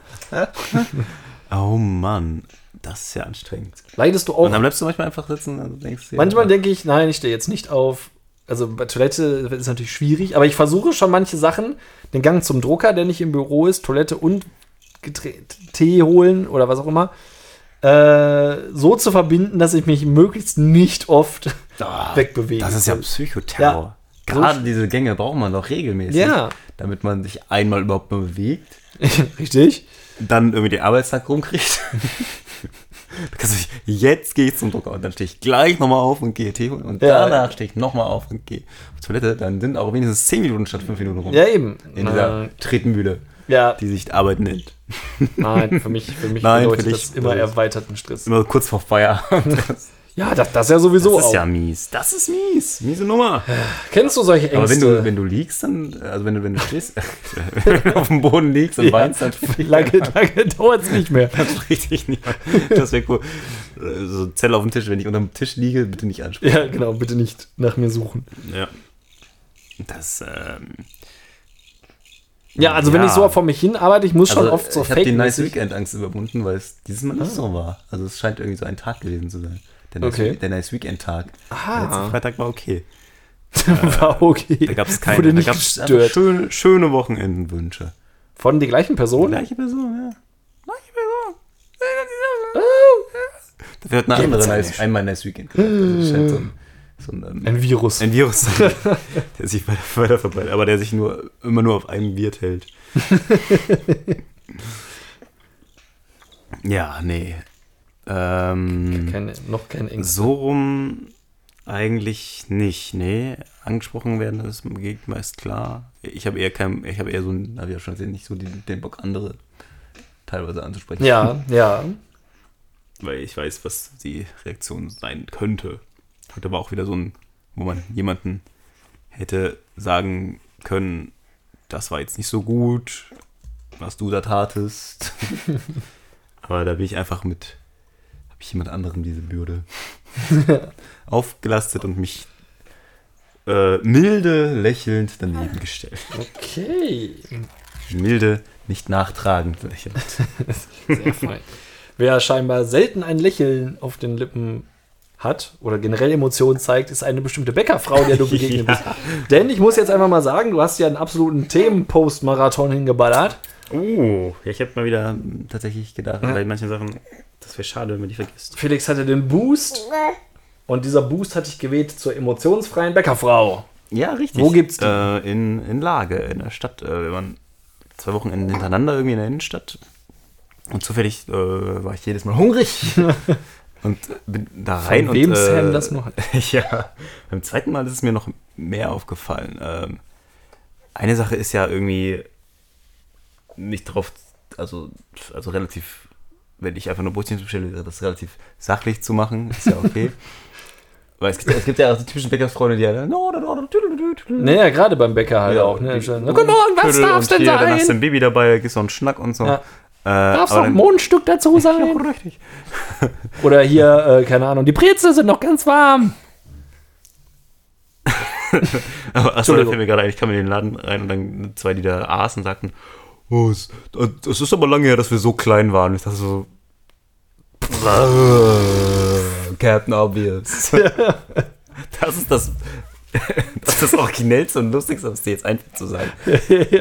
Speaker 1: Oh Mann. Das ist ja anstrengend.
Speaker 2: Leidest du
Speaker 1: Und dann
Speaker 2: auch?
Speaker 1: bleibst du manchmal einfach sitzen und denkst dir.
Speaker 2: Manchmal denke ich, nein, ich stehe jetzt nicht auf. Also bei Toilette ist natürlich schwierig, aber ich versuche schon manche Sachen, den Gang zum Drucker, der nicht im Büro ist, Toilette und Geträ- Tee holen oder was auch immer, äh, so zu verbinden, dass ich mich möglichst nicht oft
Speaker 1: Ah,
Speaker 2: wegbewegen
Speaker 1: Das ist ja
Speaker 2: soll.
Speaker 1: Psychoterror.
Speaker 2: Ja.
Speaker 1: Gerade
Speaker 2: So-
Speaker 1: diese Gänge braucht man doch regelmäßig.
Speaker 2: Ja.
Speaker 1: Damit man sich einmal überhaupt mal bewegt,
Speaker 2: Richtig?
Speaker 1: dann irgendwie den Arbeitstag rumkriegt. Du kannst dich, jetzt gehe ich zum Drucker und dann stehe ich gleich nochmal auf und gehe Tee holen und
Speaker 2: Ja.
Speaker 1: danach stehe ich nochmal auf und gehe auf Toilette. Dann sind auch wenigstens 10 Minuten statt 5 Minuten rum.
Speaker 2: Ja, eben.
Speaker 1: In dieser
Speaker 2: Äh,
Speaker 1: Tretmühle,
Speaker 2: ja,
Speaker 1: die sich Arbeit nennt.
Speaker 2: nein, für mich, für mich
Speaker 1: Nein, für
Speaker 2: bedeutet
Speaker 1: dich
Speaker 2: das immer
Speaker 1: bedeutet-
Speaker 2: erweiterten Stress.
Speaker 1: Immer kurz vor Feierabend. Das,
Speaker 2: Ja, das, das ja sowieso
Speaker 1: das ist
Speaker 2: auch.
Speaker 1: ja mies. Das ist mies. Miese Nummer.
Speaker 2: Kennst du solche Ängste?
Speaker 1: Aber wenn du, wenn du liegst, dann, also wenn du, wenn du stehst, wenn du auf dem Boden liegst und weinst, dann
Speaker 2: lange lange dauert es nicht mehr.
Speaker 1: richtig nicht. Das wäre cool. Äh, So ein Zettel auf dem Tisch, wenn ich unter dem Tisch liege, bitte nicht ansprechen.
Speaker 2: Ja, genau, bitte nicht nach mir suchen.
Speaker 1: Ja. Das, ähm,
Speaker 2: Ja, also wenn
Speaker 1: Ja. Also
Speaker 2: ich so vor mich hin arbeite, ich muss schon oft so
Speaker 1: ich habe die Nice
Speaker 2: fake-mäßig- Ah.
Speaker 1: Weekend-Angst überwunden, weil es dieses Mal nicht so war. Also es scheint irgendwie so ein Tag gewesen zu sein. Der Nice,
Speaker 2: Okay.
Speaker 1: der nice Weekend-Tag. Der letzte
Speaker 2: Aha,
Speaker 1: Freitag war okay.
Speaker 2: war okay.
Speaker 1: Da gab es keine,
Speaker 2: Wurde
Speaker 1: da
Speaker 2: nicht
Speaker 1: gab es
Speaker 2: gestört.
Speaker 1: schöne, schöne Wochenendenwünsche.
Speaker 2: Von der gleichen Person?
Speaker 1: Gleiche Person, ja. Gleiche Person.
Speaker 2: Oh.
Speaker 1: Dafür hat eine
Speaker 2: Gibt's
Speaker 1: andere
Speaker 2: ja
Speaker 1: nice,
Speaker 2: nicht.
Speaker 1: einmal Nice Weekend gehabt. Also es scheint so ein so ein, ähm,
Speaker 2: Ein Virus.
Speaker 1: ein Virus sein, der sich weiter, weiter verbreitet, aber der sich nur immer nur auf einem Wirt hält. ja, nee. Ähm,
Speaker 2: Keine, noch kein Ängste.
Speaker 1: so rum eigentlich nicht, nee. Angesprochen werden das geht meist klar. Ich habe eher kein, ich habe eher so, ein- hab ich ja schon erzählt, nicht so den, den Bock, andere teilweise anzusprechen.
Speaker 2: Ja, ja.
Speaker 1: Weil ich weiß, was die Reaktion sein könnte. Heute war auch wieder so ein, wo man jemanden hätte sagen können, das war jetzt nicht so gut, was du da tatest. Aber da bin ich einfach mit, habe ich jemand anderem diese Bürde aufgelastet und mich äh, milde lächelnd daneben gestellt.
Speaker 2: Okay.
Speaker 1: Milde, nicht nachtragend lächelnd.
Speaker 2: Sehr fein. Wer scheinbar selten ein Lächeln auf den Lippen hat oder generell Emotionen zeigt, ist eine bestimmte Bäckerfrau, der du begegnet bist. Denn ich muss jetzt einfach mal sagen, du hast ja einen absoluten Themenpost-Marathon hingeballert.
Speaker 1: Oh, ja, ich habe mal wieder ähm, tatsächlich gedacht, bei manchen Sachen, das wäre schade, wenn man die vergisst.
Speaker 2: Felix hatte den Boost und dieser Boost hat dich geweht zur emotionsfreien Bäckerfrau.
Speaker 1: Ja, richtig.
Speaker 2: Wo gibt's die?
Speaker 1: Äh, in, in Lage, in der Stadt. Äh, wenn man zwei Wochen hintereinander irgendwie in der Innenstadt und zufällig äh, war ich jedes Mal hungrig und bin da rein.
Speaker 2: wem
Speaker 1: und, äh,
Speaker 2: Sam das nur hat.
Speaker 1: Ja, beim zweiten Mal ist es mir noch mehr aufgefallen. Ähm, eine Sache ist ja irgendwie nicht drauf, also, also relativ, wenn ich einfach nur Brötchen bestelle, wäre das relativ sachlich zu machen, ist ja okay. Weil es gibt, es gibt ja auch die typischen Bäckersfreunde, die ja dann, no, no, no, no, tüdelü, tüdelü, tüdelü.
Speaker 2: Naja, Ne, gerade beim Bäcker halt auch. Ne?
Speaker 1: die-
Speaker 2: Na, guten Morgen, was
Speaker 1: Tüdel
Speaker 2: darf's
Speaker 1: und
Speaker 2: denn
Speaker 1: hier, Dann hast du
Speaker 2: sein?
Speaker 1: ein Baby dabei, gehst so einen Schnack und so.
Speaker 2: Ja.
Speaker 1: Äh, darf's
Speaker 2: Darf's noch ein Mondstück dazu sein?
Speaker 1: richtig.
Speaker 2: Oder hier, äh, keine Ahnung, die Brezel sind noch ganz warm.
Speaker 1: Aber achso, da
Speaker 2: Entschuldigung.
Speaker 1: fällt mir gerade ein, ich kam in den Laden rein und dann zwei, die da aßen, sagten, oh, es, es ist aber lange her, dass wir so klein waren. Ich dachte so, Äh, Captain Obvious. das ist das, das ist das Originellste und Lustigste, was dir jetzt einfällt zu sagen.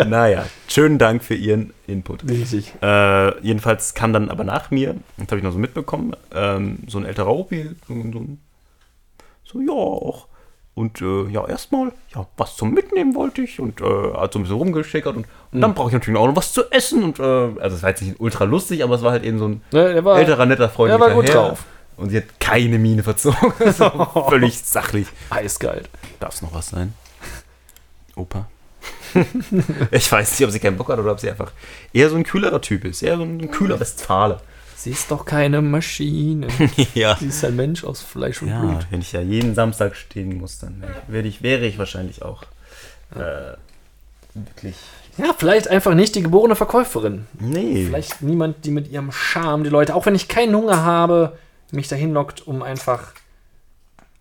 Speaker 1: Naja, schönen Dank für Ihren Input.
Speaker 2: Richtig.
Speaker 1: Äh, jedenfalls kam dann aber nach mir, das habe ich noch so mitbekommen, ähm, so ein älterer Opi, so, ein- so, ein- so ja, auch. Und äh, ja, erstmal, ja, was zum Mitnehmen wollte ich und äh, hat so ein bisschen rumgeschickert und, und
Speaker 2: Hm.
Speaker 1: dann brauche ich natürlich auch noch was zu essen und äh, also es war jetzt nicht ultra lustig, aber es war halt eben so ein
Speaker 2: Ne, der war-
Speaker 1: älterer, netter Freund.
Speaker 2: der war
Speaker 1: mit
Speaker 2: gut
Speaker 1: daher.
Speaker 2: drauf.
Speaker 1: Und sie hat keine Miene verzogen. Das war Völlig sachlich.
Speaker 2: Eiskalt.
Speaker 1: Darf es noch was sein? Opa? ich weiß nicht, ob sie keinen Bock hat oder ob sie einfach eher so ein kühlerer Typ ist. Eher so ein kühler Westfale.
Speaker 2: Sie ist doch keine Maschine.
Speaker 1: ja.
Speaker 2: Sie ist ein Mensch aus Fleisch und
Speaker 1: ja.
Speaker 2: Blut.
Speaker 1: Wenn ich ja jeden Samstag stehen muss, dann werde ich, wäre ich wahrscheinlich auch äh, wirklich.
Speaker 2: Ja, vielleicht einfach nicht die geborene Verkäuferin.
Speaker 1: Nee.
Speaker 2: Vielleicht niemand, die mit ihrem Charme die Leute, auch wenn ich keinen Hunger habe, mich dahin lockt, um einfach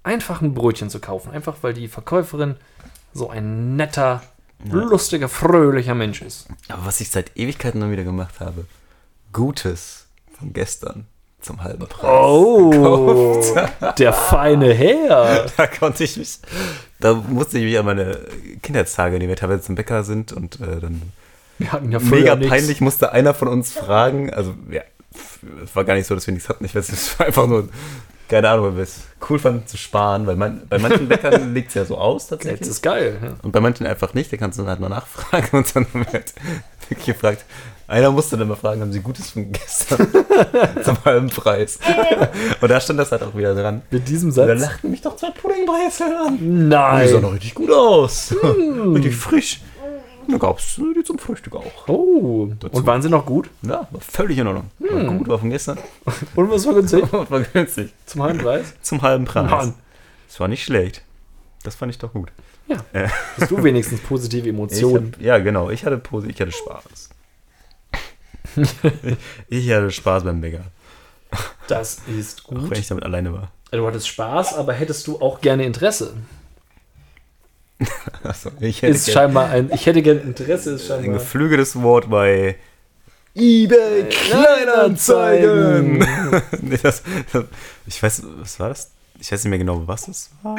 Speaker 2: einfach ein Brötchen zu kaufen. Einfach weil die Verkäuferin so ein netter, lustiger, fröhlicher Mensch ist.
Speaker 1: Aber was ich seit Ewigkeiten noch wieder gemacht habe: Gutes von gestern zum halben Preis.
Speaker 2: Oh, der feine Herr.
Speaker 1: Da konnte ich mich, da musste ich mich an meine Kindheitstage, die wir teilweise zum Bäcker sind und äh, dann
Speaker 2: Wir hatten ja
Speaker 1: mega
Speaker 2: früher nichts.
Speaker 1: peinlich musste einer von uns fragen. Also, ja, f- es war gar nicht so, dass wir nichts hatten. Ich weiß nicht, es war einfach nur, keine Ahnung, weil wir es cool fanden zu sparen. Weil man, bei manchen Bäckern liegt es ja so aus
Speaker 2: Jetzt
Speaker 1: tatsächlich.
Speaker 2: ist geil. ja.
Speaker 1: Und bei manchen einfach nicht. Da kannst du dann halt mal nachfragen. Und dann haben wir halt wirklich gefragt. Einer musste dann mal fragen, haben sie Gutes von gestern zum halben Preis. Und da stand das halt auch wieder dran.
Speaker 2: Mit diesem
Speaker 1: Und da
Speaker 2: Satz.
Speaker 1: lachten mich doch zwei Puddingbrezeln an. Die sahen
Speaker 2: Nein. Hm.
Speaker 1: noch richtig gut aus. Richtig frisch. Und da gab es die zum Frühstück auch.
Speaker 2: Oh. Und waren sie noch gut?
Speaker 1: Ja, war völlig in Ordnung. War gut, war von gestern.
Speaker 2: Und was Hm. war günstig?
Speaker 1: Und war günstig.
Speaker 2: Zum halben Preis?
Speaker 1: Zum halben Preis.
Speaker 2: Mann.
Speaker 1: Das war nicht schlecht. Das fand ich doch gut.
Speaker 2: Ja.
Speaker 1: Äh.
Speaker 2: Hast du wenigstens positive
Speaker 1: Ich
Speaker 2: Emotionen?
Speaker 1: hab, ja, genau. Ich hatte, Pose, ich hatte Spaß. ich hatte Spaß beim Bäcker.
Speaker 2: Das ist
Speaker 1: Auch
Speaker 2: gut.
Speaker 1: wenn ich damit alleine war.
Speaker 2: Du hattest Spaß, aber hättest du auch gerne Interesse?
Speaker 1: Achso, ich hätte
Speaker 2: Ist
Speaker 1: gerne-
Speaker 2: scheinbar ein. Ich hätte gerne Interesse, ist
Speaker 1: ein
Speaker 2: scheinbar.
Speaker 1: geflügeltes Wort bei eBay Kleinanzeigen. nee, das, das, ich weiß, was war das? Ich weiß nicht mehr genau, was es war.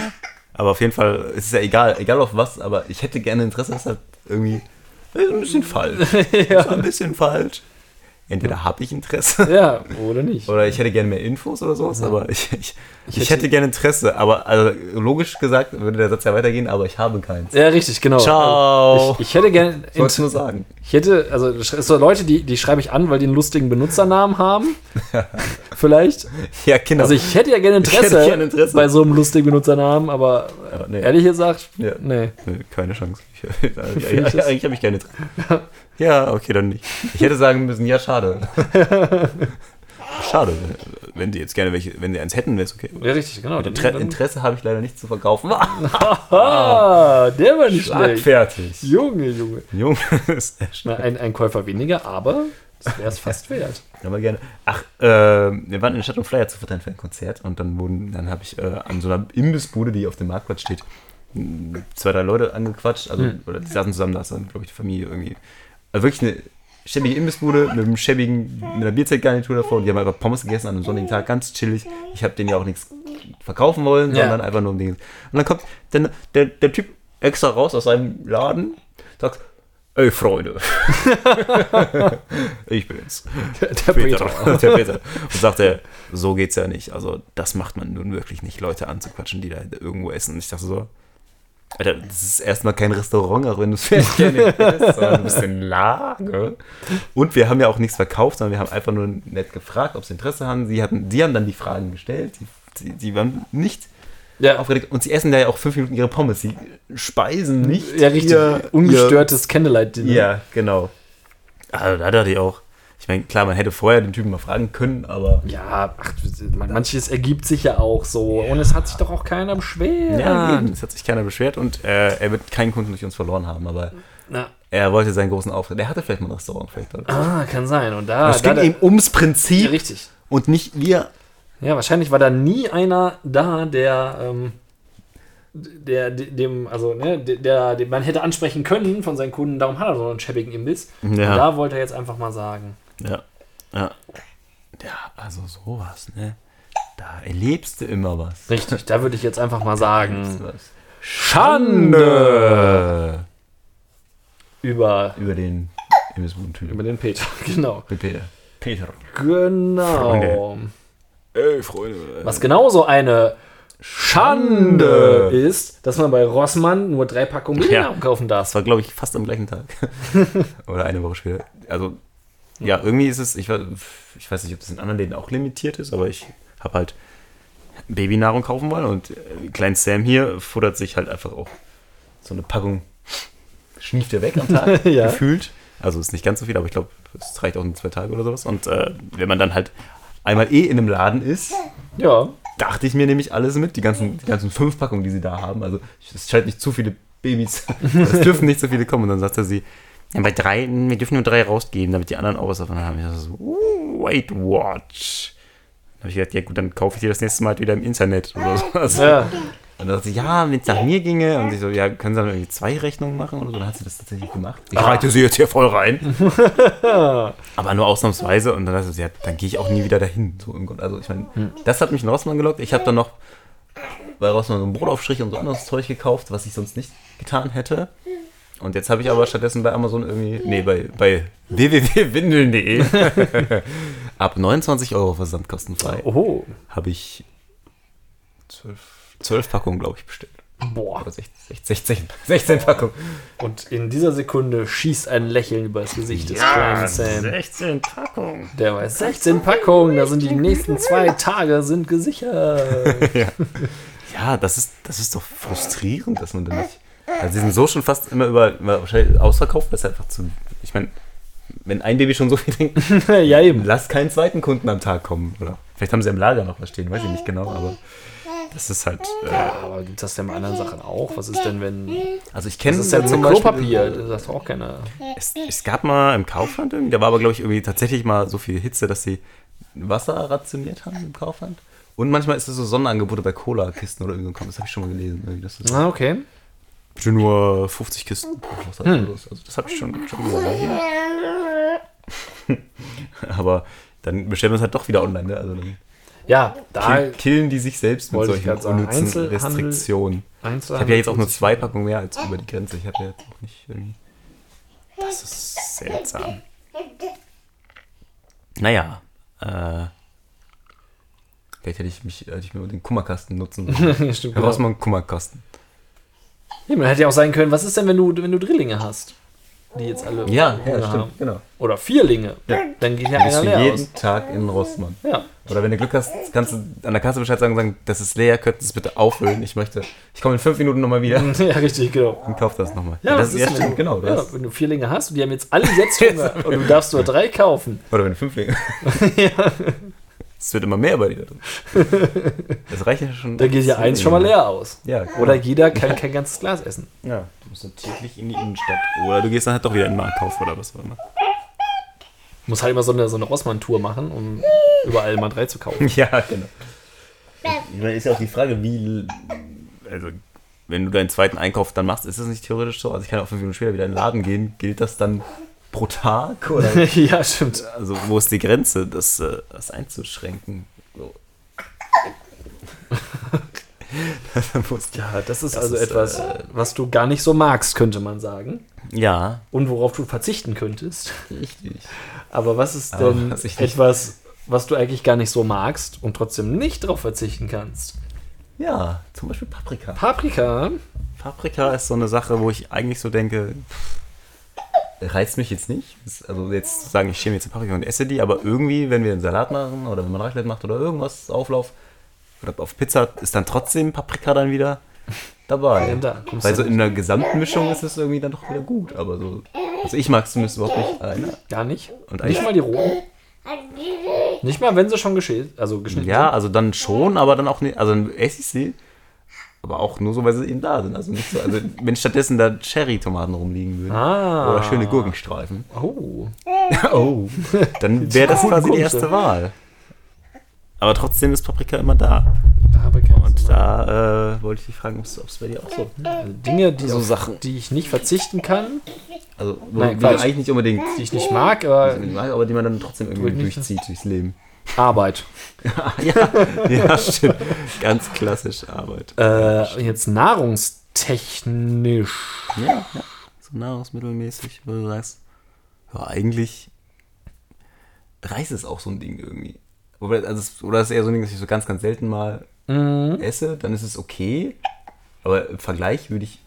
Speaker 1: Aber auf jeden Fall, es ist ja egal, egal auf was, aber ich hätte gerne Interesse, das ist halt irgendwie das ist ein bisschen falsch. Das ist ein bisschen falsch. entweder habe ich Interesse
Speaker 2: Ja, oder nicht.
Speaker 1: oder ich hätte gerne mehr Infos oder sowas, aber ich, ich, ich, hätte,
Speaker 2: hätte-
Speaker 1: gerne Interesse. Aber also, logisch gesagt würde der Satz ja weitergehen, aber ich habe keins.
Speaker 2: Ja, richtig, genau.
Speaker 1: Ciao.
Speaker 2: Ich, ich hätte gerne.
Speaker 1: Ich wollte es nur sagen.
Speaker 2: Ich hätte, also es so Leute, die, die schreibe ich an, weil die einen lustigen Benutzernamen haben. Vielleicht.
Speaker 1: Ja, genau.
Speaker 2: Also ich hätte ja gerne
Speaker 1: Ich hätte
Speaker 2: Interesse,
Speaker 1: gerne Interesse.
Speaker 2: bei so einem lustigen Benutzernamen, aber
Speaker 1: Aber nee.
Speaker 2: ehrlich gesagt,
Speaker 1: Ja.
Speaker 2: nee.
Speaker 1: Nö, Äh, keine Chance. Ich, eigentlich
Speaker 2: ich das-
Speaker 1: eigentlich habe ich keine Interesse. Ja, okay, dann nicht. Ich hätte sagen müssen, ja, schade. schade. Wenn die jetzt gerne welche, wenn die eins hätten, wäre es okay.
Speaker 2: Ja, richtig, genau. Dann,
Speaker 1: Inter Interesse habe ich leider nicht zu verkaufen.
Speaker 2: ah, der war nicht schlecht.
Speaker 1: fertig.
Speaker 2: Junge, Junge.
Speaker 1: Junge, ist sehr schön.
Speaker 2: Na, ein, ein Käufer weniger, aber das wäre es fast wert.
Speaker 1: Aber gerne. Ach, äh, wir waren in der Stadt, um Flyer zu verteilen für ein Konzert und dann wurden, dann habe ich äh, an so einer Imbissbude, die auf dem Marktplatz steht, mh, zwei, drei Leute angequatscht. Also, oder die saßen zusammen, da ist dann, glaube ich, die Familie irgendwie. Also wirklich eine schäbige Imbissbude mit einem schäbigen, mit einer Bierzeltgarnitur davor. Die haben einfach Pommes gegessen an einem sonnigen Tag, ganz chillig. Ich habe denen ja auch nichts verkaufen wollen,
Speaker 2: Ja.
Speaker 1: sondern einfach nur um Dinge. Und dann kommt dann der, der Typ extra raus aus seinem Laden, sagt, Ey, Freunde. ich bin's.
Speaker 2: Der, der
Speaker 1: Peter.
Speaker 2: Peter.
Speaker 1: Der Peter. Und sagte, so geht's ja nicht. Also, das macht man nun wirklich nicht, Leute anzuquatschen, die da irgendwo essen. Und ich dachte so, Alter, das ist erstmal kein Restaurant, auch wenn du es vielleicht gerne hättest, sondern du bist in Lage. Und wir haben ja auch nichts verkauft, sondern wir haben einfach nur nett gefragt, ob sie Interesse haben. Sie hatten, die haben dann die Fragen gestellt. Die, die, die waren nicht
Speaker 2: Ja,
Speaker 1: aufgeregt. Und sie essen da ja auch fünf Minuten ihre Pommes. Sie speisen nicht.
Speaker 2: ja, richtig.
Speaker 1: ihr- ihr-
Speaker 2: Ungestörtes Candlelight-Dinner.
Speaker 1: ja, genau. Also da dachte ich auch. Ich meine, klar, man hätte vorher den Typen mal fragen können, aber.
Speaker 2: Ja, ach, man- manches ergibt sich ja auch so. Und es hat sich doch auch keiner beschwert.
Speaker 1: Ja, eben. Es hat sich keiner beschwert und äh, er wird keinen Kunden durch uns verloren haben, aber
Speaker 2: Na,
Speaker 1: er wollte seinen großen Auftritt. Er hatte vielleicht mal ein Restaurant. Vielleicht.
Speaker 2: ah, kann sein. Und da,
Speaker 1: es
Speaker 2: Ah, da,
Speaker 1: ging
Speaker 2: da
Speaker 1: ihm ums
Speaker 2: ja,
Speaker 1: Prinzip
Speaker 2: richtig.
Speaker 1: und nicht wir.
Speaker 2: Ja, wahrscheinlich war da nie einer da, der, ähm, der de- dem, also ne, de- der, den man hätte ansprechen können von seinen Kunden. Darum hat er so einen schäbigen Imbiss. Und
Speaker 1: Ja.
Speaker 2: da wollte er jetzt einfach mal sagen.
Speaker 1: Ja. Ja. Ja, also sowas, ne? Da erlebst du immer was.
Speaker 2: Richtig, da würde ich jetzt einfach mal sagen.
Speaker 1: Was.
Speaker 2: Schande
Speaker 1: Äh,
Speaker 2: über
Speaker 1: über den Imbissbuden-Typen.
Speaker 2: über den Peter. Genau.
Speaker 1: Mit Peter. Peter.
Speaker 2: Genau.
Speaker 1: Ey, Freunde.
Speaker 2: Was genauso eine Schande
Speaker 1: Schande.
Speaker 2: ist, dass man bei Rossmann nur drei Packungen
Speaker 1: Ja.
Speaker 2: Bier kaufen darf.
Speaker 1: Das war, glaube ich, fast am gleichen Tag. Oder eine Woche später. Also, ja, irgendwie ist es, ich, we- ich weiß nicht, ob das in anderen Läden auch limitiert ist, aber ich habe halt Babynahrung kaufen wollen und äh, Klein Sam hier futtert sich halt einfach auch so eine Packung, schnieft er weg am Tag,
Speaker 2: Ja.
Speaker 1: gefühlt. Also ist nicht ganz so viel, aber ich glaube, es reicht auch in zwei Tage oder sowas. Und äh, wenn man dann halt einmal eh in einem Laden ist,
Speaker 2: Ja.
Speaker 1: dachte ich mir nämlich alles mit, die ganzen, die ganzen fünf Packungen, die sie da haben. Also es scheint nicht zu viele Babys, es dürfen nicht so viele kommen. Und dann sagt er sie, ja, bei drei, wir dürfen nur drei rausgeben, damit die anderen auch was davon haben. Ich dachte so, uh, wait, watch. Dann habe ich gedacht, ja gut, dann kaufe ich dir das nächste Mal halt wieder im Internet oder so. Also,
Speaker 2: ja.
Speaker 1: Und dann sagt sie, ja, wenn es nach mir ginge. Und ich so, ja, können Sie dann irgendwie zwei Rechnungen machen oder so? Dann hat sie das tatsächlich gemacht. Ich reite sie jetzt hier voll rein. Aber nur ausnahmsweise. Und dann hat sie, ja, dann gehe ich auch nie wieder dahin. So im Grunde. Also ich meine, das hat mich in Rossmann gelockt. Ich habe dann noch bei Rossmann so einen Brotaufstrich und so anderes Zeug gekauft, was ich sonst nicht getan hätte. Und jetzt habe ich aber stattdessen bei Amazon irgendwie, nee, bei, bei www.windeln.de ab 29 Euro versandkostenfrei
Speaker 2: Oho.
Speaker 1: habe ich zwölf, zwölf Packungen, glaube ich, bestellt.
Speaker 2: Boah.
Speaker 1: Oder 16, 16, 16 Packungen.
Speaker 2: Und in dieser Sekunde schießt ein Lächeln über das Gesicht des kleinen Sam.
Speaker 1: 16 Packungen.
Speaker 2: Der weiß, 16 Packungen, da sind die nächsten zwei Tage sind gesichert.
Speaker 1: Ja, das ist, das ist doch frustrierend, dass man da nicht. Also, sie sind so schon fast immer über, immer wahrscheinlich ausverkauft, weil es einfach zu. Ich meine, wenn ein Baby schon so viel trinkt,
Speaker 2: ja, eben.
Speaker 1: lass keinen zweiten Kunden am Tag kommen. Oder vielleicht haben sie im Lager noch was stehen, weiß ich nicht genau, aber das ist halt. Äh,
Speaker 2: Aber gibt das denn bei anderen Sachen auch? Was ist denn, wenn.
Speaker 1: also, ich kenne
Speaker 2: Das ist ja zum
Speaker 1: Beispiel-
Speaker 2: Klopapier. Das ist auch keiner.
Speaker 1: Es, es gab mal im Kaufland irgendwie, da war aber, glaube ich, irgendwie tatsächlich mal so viel Hitze, dass sie Wasser rationiert haben im Kaufland. Und manchmal ist es so Sonderangebote bei Cola-Kisten oder irgendwie gekommen. Das habe ich schon mal gelesen. Irgendwie, dass das
Speaker 2: Ah, okay.
Speaker 1: bitte nur 50 Kisten pro Haus hat
Speaker 2: Hm.
Speaker 1: oder so. Also das habe ich schon, schon gelesen. Aber dann bestellen wir es halt doch wieder online. Ne? Also dann
Speaker 2: Ja, da.
Speaker 1: kill, killen die sich selbst mit
Speaker 2: Wollte ich
Speaker 1: solchen
Speaker 2: grad sagen,
Speaker 1: unnützen
Speaker 2: Einzelhandel-
Speaker 1: Restriktionen.
Speaker 2: Eins,
Speaker 1: Ich habe ja jetzt auch nur zwei Packungen mehr als über die Grenze. Ich habe ja jetzt auch nicht irgendwie. Das ist seltsam. Naja, äh, vielleicht hätte ich mich, hätte ich mir den Kummerkasten nutzen sollen.
Speaker 2: Stimmt,
Speaker 1: Herr
Speaker 2: genau.
Speaker 1: Rossmann, Kummerkasten.
Speaker 2: Ja, man hätte ja auch sagen können, was ist denn, wenn du, wenn du Drillinge hast? Die jetzt alle Hunger haben.
Speaker 1: genau.
Speaker 2: Oder Vierlinge.
Speaker 1: Ja.
Speaker 2: Dann geht ja
Speaker 1: Du bist
Speaker 2: einer
Speaker 1: für
Speaker 2: leer
Speaker 1: jeden
Speaker 2: aus.
Speaker 1: Tag in Rossmann.
Speaker 2: Ja.
Speaker 1: Oder wenn du Glück hast, kannst du an der Kasse Bescheid sagen und sagen, das ist leer, könntest du es bitte auffüllen. Ich möchte, ich komme in fünf Minuten nochmal wieder
Speaker 2: ja, richtig, genau.
Speaker 1: und kauf das nochmal.
Speaker 2: Mhm. Ja, das, ist
Speaker 1: stimmt,
Speaker 2: so.
Speaker 1: genau.
Speaker 2: Ja,
Speaker 1: Das.
Speaker 2: wenn du Vierlinge hast und die haben jetzt alle jetzt Hunger und du darfst nur drei kaufen.
Speaker 1: Oder wenn du fünf legst. Es wird immer mehr bei dir. drin. Das reicht ja schon.
Speaker 2: Da geht ja eins schon mal leer aus.
Speaker 1: Ja, genau.
Speaker 2: Oder jeder kann kein ganzes Glas essen.
Speaker 1: Ja, du musst dann täglich in die Innenstadt. Oder du gehst dann halt doch wieder in den Marktkauf oder was auch immer.
Speaker 2: Muss halt immer so eine, so eine Rossmann-Tour machen, um überall mal drei zu kaufen.
Speaker 1: Ja, genau. Ich meine, ist ja auch die Frage, wie. Also, wenn du deinen zweiten Einkauf dann machst, ist das nicht theoretisch so? Also, ich kann auch fünf Minuten später wieder in den Laden gehen. Gilt das dann pro Tag? Oder?
Speaker 2: ja, stimmt.
Speaker 1: Also, wo ist die Grenze, das, äh, das einzuschränken? So. Da muss-
Speaker 2: Ja, das ist
Speaker 1: Das
Speaker 2: also
Speaker 1: ist,
Speaker 2: etwas, was du gar nicht so magst, könnte man sagen.
Speaker 1: ja,
Speaker 2: Und worauf du verzichten könntest.
Speaker 1: richtig.
Speaker 2: Aber was ist
Speaker 1: Aber
Speaker 2: denn
Speaker 1: was ich nicht-
Speaker 2: etwas, was du eigentlich gar nicht so magst und trotzdem nicht drauf verzichten kannst?
Speaker 1: Ja, zum Beispiel Paprika.
Speaker 2: Paprika.
Speaker 1: Paprika ist so eine Sache, wo ich eigentlich so denke, reizt mich jetzt nicht. Das- Also jetzt zu sagen, ich schäme jetzt eine Paprika und esse die, aber irgendwie, wenn wir einen Salat machen oder wenn man Raclette macht oder irgendwas, Auflauf oder auf Pizza, ist dann trotzdem Paprika dann wieder dabei.
Speaker 2: Ja, da kommst
Speaker 1: Weil
Speaker 2: du
Speaker 1: so in der Gesamtmischung ist es irgendwie dann doch wieder gut, aber so, also ich mag es zumindest überhaupt nicht alleine.
Speaker 2: Gar nicht.
Speaker 1: Und
Speaker 2: nicht
Speaker 1: eigentlich,
Speaker 2: mal die roten. Nicht mal, wenn sie schon geschält, also geschnitten
Speaker 1: ja, also dann schon, aber dann auch nicht, also dann esse ich sie, aber auch nur so, weil sie eben da sind. Also nicht so, also wenn stattdessen da Cherry-Tomaten rumliegen würden.
Speaker 2: sind. Ah.
Speaker 1: Oder schöne Gurkenstreifen.
Speaker 2: Oh.
Speaker 1: Oh. Dann wäre das quasi die erste
Speaker 2: Gurkenstreifen.
Speaker 1: Wahl. Aber trotzdem ist Paprika immer da.
Speaker 2: Paprika.
Speaker 1: Und da äh, wollte ich dich fragen, ob es bei dir auch so. hm?
Speaker 2: also Dinge, die,
Speaker 1: So
Speaker 2: auf
Speaker 1: Sachen.
Speaker 2: die ich nicht verzichten kann,
Speaker 1: Also, wo,
Speaker 2: Nein,
Speaker 1: die du
Speaker 2: Quatsch.
Speaker 1: eigentlich nicht unbedingt
Speaker 2: die ich nicht mag, aber
Speaker 1: mag, aber die man dann trotzdem irgendwie
Speaker 2: Durch-
Speaker 1: durchzieht durchs Leben.
Speaker 2: Arbeit. Ah,
Speaker 1: ja, ja, stimmt. Ganz klassisch Arbeit.
Speaker 2: Äh, jetzt nahrungstechnisch.
Speaker 1: Ja, ja. So nahrungsmittelmäßig, wo du sagst, ja, eigentlich Reis ist auch so ein Ding irgendwie. Wobei, also, es- oder es ist eher so ein Ding, dass ich so ganz, ganz selten mal
Speaker 2: Mhm.
Speaker 1: esse, dann ist es okay. Aber im Vergleich würde ich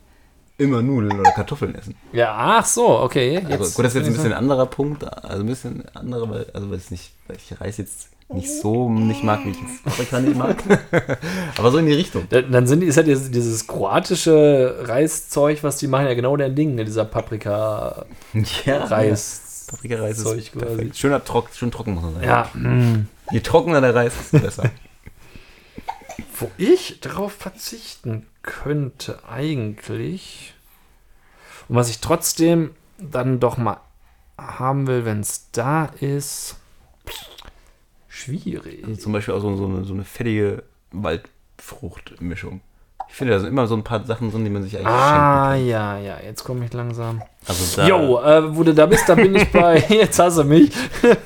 Speaker 1: immer Nudeln oder Kartoffeln essen.
Speaker 2: Ja, ach so, okay. Jetzt.
Speaker 1: Also, gut, das ist jetzt ein bisschen ein anderer Punkt, also ein bisschen andere, weil, also weiß nicht, weil ich Reis jetzt nicht so nicht mag, wie ich jetzt Paprika nicht mag. Aber so in die Richtung.
Speaker 2: Dann dann sind, die- ist ja dieses, dieses kroatische Reiszeug, was die machen, ja genau dein Ding, ne, dieser Paprika-Reis.
Speaker 1: Ja. Paprika-Reis ist
Speaker 2: Zeug quasi.
Speaker 1: perfekt. Schön, ab- trock, schön trocken muss man sein.
Speaker 2: Ja, hm.
Speaker 1: Je trockener der Reis, desto besser.
Speaker 2: wo ich drauf verzichten könnte eigentlich und was ich trotzdem dann doch mal haben will, wenn es da ist, schwierig.
Speaker 1: Also zum Beispiel auch so, so, eine, so eine fettige Waldfruchtmischung. Ich finde, da sind immer so ein paar Sachen drin, die man sich eigentlich
Speaker 2: Ah, ja, ja, jetzt komme ich langsam.
Speaker 1: schenkt. Also da,
Speaker 2: Jo, äh, wo du da bist, da bin ich bei. Jetzt hasse mich.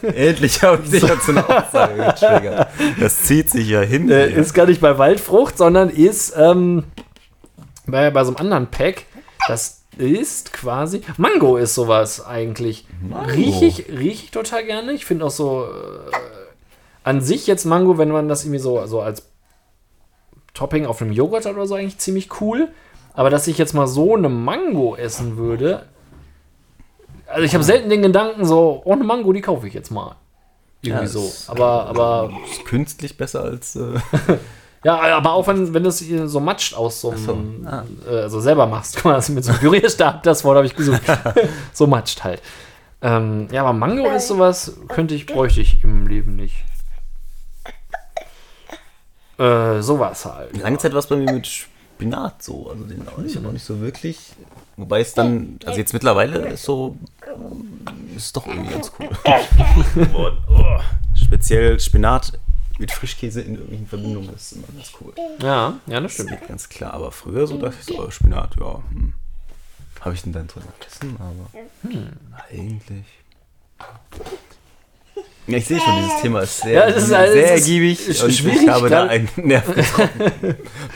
Speaker 1: Endlich habe ich dich dazu eine Aussage getriggert. Das zieht sich ja hin.
Speaker 2: Äh,
Speaker 1: hier.
Speaker 2: Ist gar nicht bei Waldfrucht, sondern ist ähm, bei, bei so einem anderen Pack. Das ist quasi. Mango ist sowas eigentlich. Riech ich, riech ich total gerne. Ich finde auch so. Äh, an sich jetzt Mango, wenn man das irgendwie so, so als Topping auf einem Joghurt hat oder so, eigentlich ziemlich cool. Aber dass ich jetzt mal so eine Mango essen würde. Also ich habe selten den Gedanken so, oh, eine Mango, die kaufe ich jetzt mal. Irgendwie
Speaker 1: Ja,
Speaker 2: so.
Speaker 1: das-
Speaker 2: Aber, aber
Speaker 1: ist künstlich besser als. Äh,
Speaker 2: ja, aber auch wenn, wenn du es hier so matscht aus so einem, äh, also selber machst quasi mit so einem Pürierstab, das Wort habe ich gesucht. so matscht halt. Ähm, ja, aber Mango ist sowas, könnte ich, bräuchte ich im Leben nicht. Äh, sowas halt.
Speaker 1: lange Zeit war es bei mir mit Spinat so. Also den auch nicht, noch nicht so wirklich. Wobei es dann. Also jetzt mittlerweile ist so. ähm, Ist doch irgendwie ganz cool. Und, oh, speziell Spinat mit Frischkäse in irgendwelchen Verbindungen ist immer ganz cool.
Speaker 2: Ja, ja, das
Speaker 1: Das
Speaker 2: stimmt.
Speaker 1: geht ganz klar. Aber früher so dachte ich so, oh, Spinat, ja. Hm. Habe ich denn dann drin gegessen? Aber eigentlich. Ja, ich sehe schon, dieses Thema ist sehr,
Speaker 2: Ja, das ist alles-
Speaker 1: sehr
Speaker 2: es ist
Speaker 1: ergiebig
Speaker 2: sch-
Speaker 1: und
Speaker 2: schwierig,
Speaker 1: ich habe da
Speaker 2: klar.
Speaker 1: einen Nerv getroffen.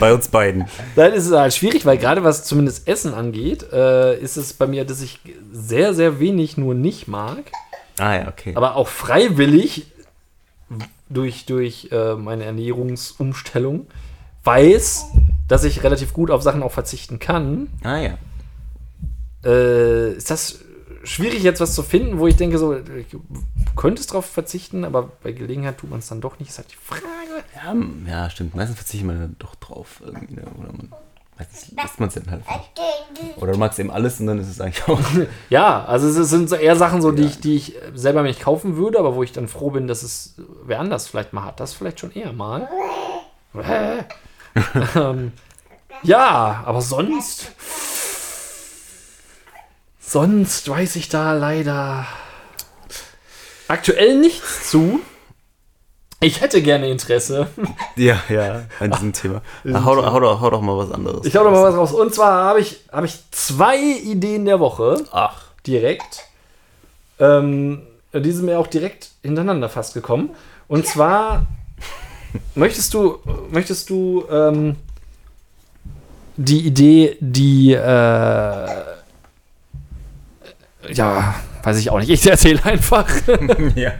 Speaker 1: Bei uns beiden.
Speaker 2: Nein, es ist halt schwierig, weil gerade was zumindest Essen angeht, äh, ist es bei mir, dass ich sehr, sehr wenig nur nicht mag.
Speaker 1: Ah ja, okay.
Speaker 2: aber auch freiwillig durch, durch äh, meine Ernährungsumstellung weiß, dass ich relativ gut auf Sachen auch verzichten kann,
Speaker 1: ah ja.
Speaker 2: äh, ist das schwierig jetzt was zu finden, wo ich denke, so, ich könnte es drauf verzichten, aber bei Gelegenheit tut man es dann doch nicht, ist halt die Frage.
Speaker 1: Ja, m- ja, stimmt. Meistens verzichtet man dann doch drauf irgendwie. Ne? Oder man, meistens lässt man es dann halt. einfach. Oder du magst eben alles und dann ist es eigentlich auch.
Speaker 2: Ja, also es sind so eher Sachen, so, die, ich, die ich selber mir nicht kaufen würde, aber wo ich dann froh bin, dass es wer anders vielleicht mal hat. Das vielleicht schon eher mal. Äh. ähm, ja, aber sonst. Sonst weiß ich da leider aktuell nichts zu. Ich hätte gerne Interesse.
Speaker 1: ja, ja, an diesem Thema. Na, hau, doch- hau, doch- hau doch mal was anderes.
Speaker 2: Ich hau noch mal was raus. Und zwar habe ich, hab ich zwei Ideen der Woche.
Speaker 1: Ach,
Speaker 2: direkt. Ähm, die sind mir auch direkt hintereinander fast gekommen. Und zwar möchtest du, möchtest du ähm, die Idee, die äh, ja, weiß ich auch nicht. Ich erzähle einfach.
Speaker 1: ja.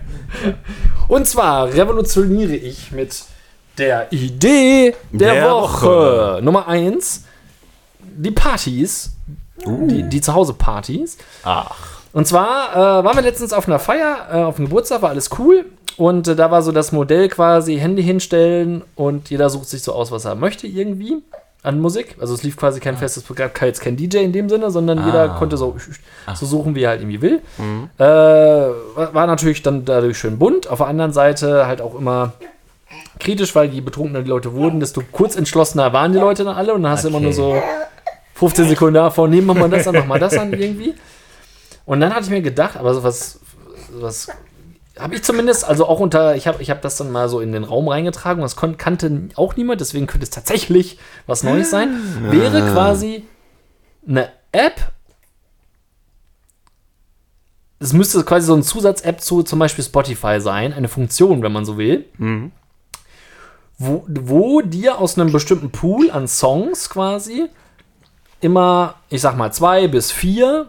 Speaker 2: Und zwar revolutioniere ich mit der Idee der,
Speaker 1: Der
Speaker 2: Woche.
Speaker 1: Woche.
Speaker 2: Nummer eins die Partys. Die,
Speaker 1: Uh.
Speaker 2: die Zuhause-Partys.
Speaker 1: Ach.
Speaker 2: Und zwar äh, waren wir letztens auf einer Feier, äh, auf dem Geburtstag, war alles cool. Und äh, da war so das Modell quasi Handy hinstellen und jeder sucht sich so aus, was er möchte irgendwie an Musik. Also es lief quasi kein festes Programm, kein- jetzt kein DJ in dem Sinne, sondern jeder konnte so, so suchen, wie er halt irgendwie will. Äh, war war natürlich dann dadurch schön bunt. Auf der anderen Seite halt auch immer kritisch, weil je betrunkener die Leute wurden, desto kurzentschlossener waren die Leute dann alle und dann hast du immer nur so 15 Sekunden davor, nehmen wir mal das an, machen wir das an irgendwie. Und dann hatte ich mir gedacht, aber sowas, was habe ich zumindest, also auch unter, ich habe ich hab das dann mal so in den Raum reingetragen, das kon, kannte auch niemand, deswegen könnte es tatsächlich was Neues sein. Wäre quasi eine App. Es müsste quasi so eine Zusatz-App zu zum Beispiel Spotify sein, eine Funktion, wenn man so will, wo, wo dir aus einem bestimmten Pool an Songs quasi immer, ich sag mal, zwei bis vier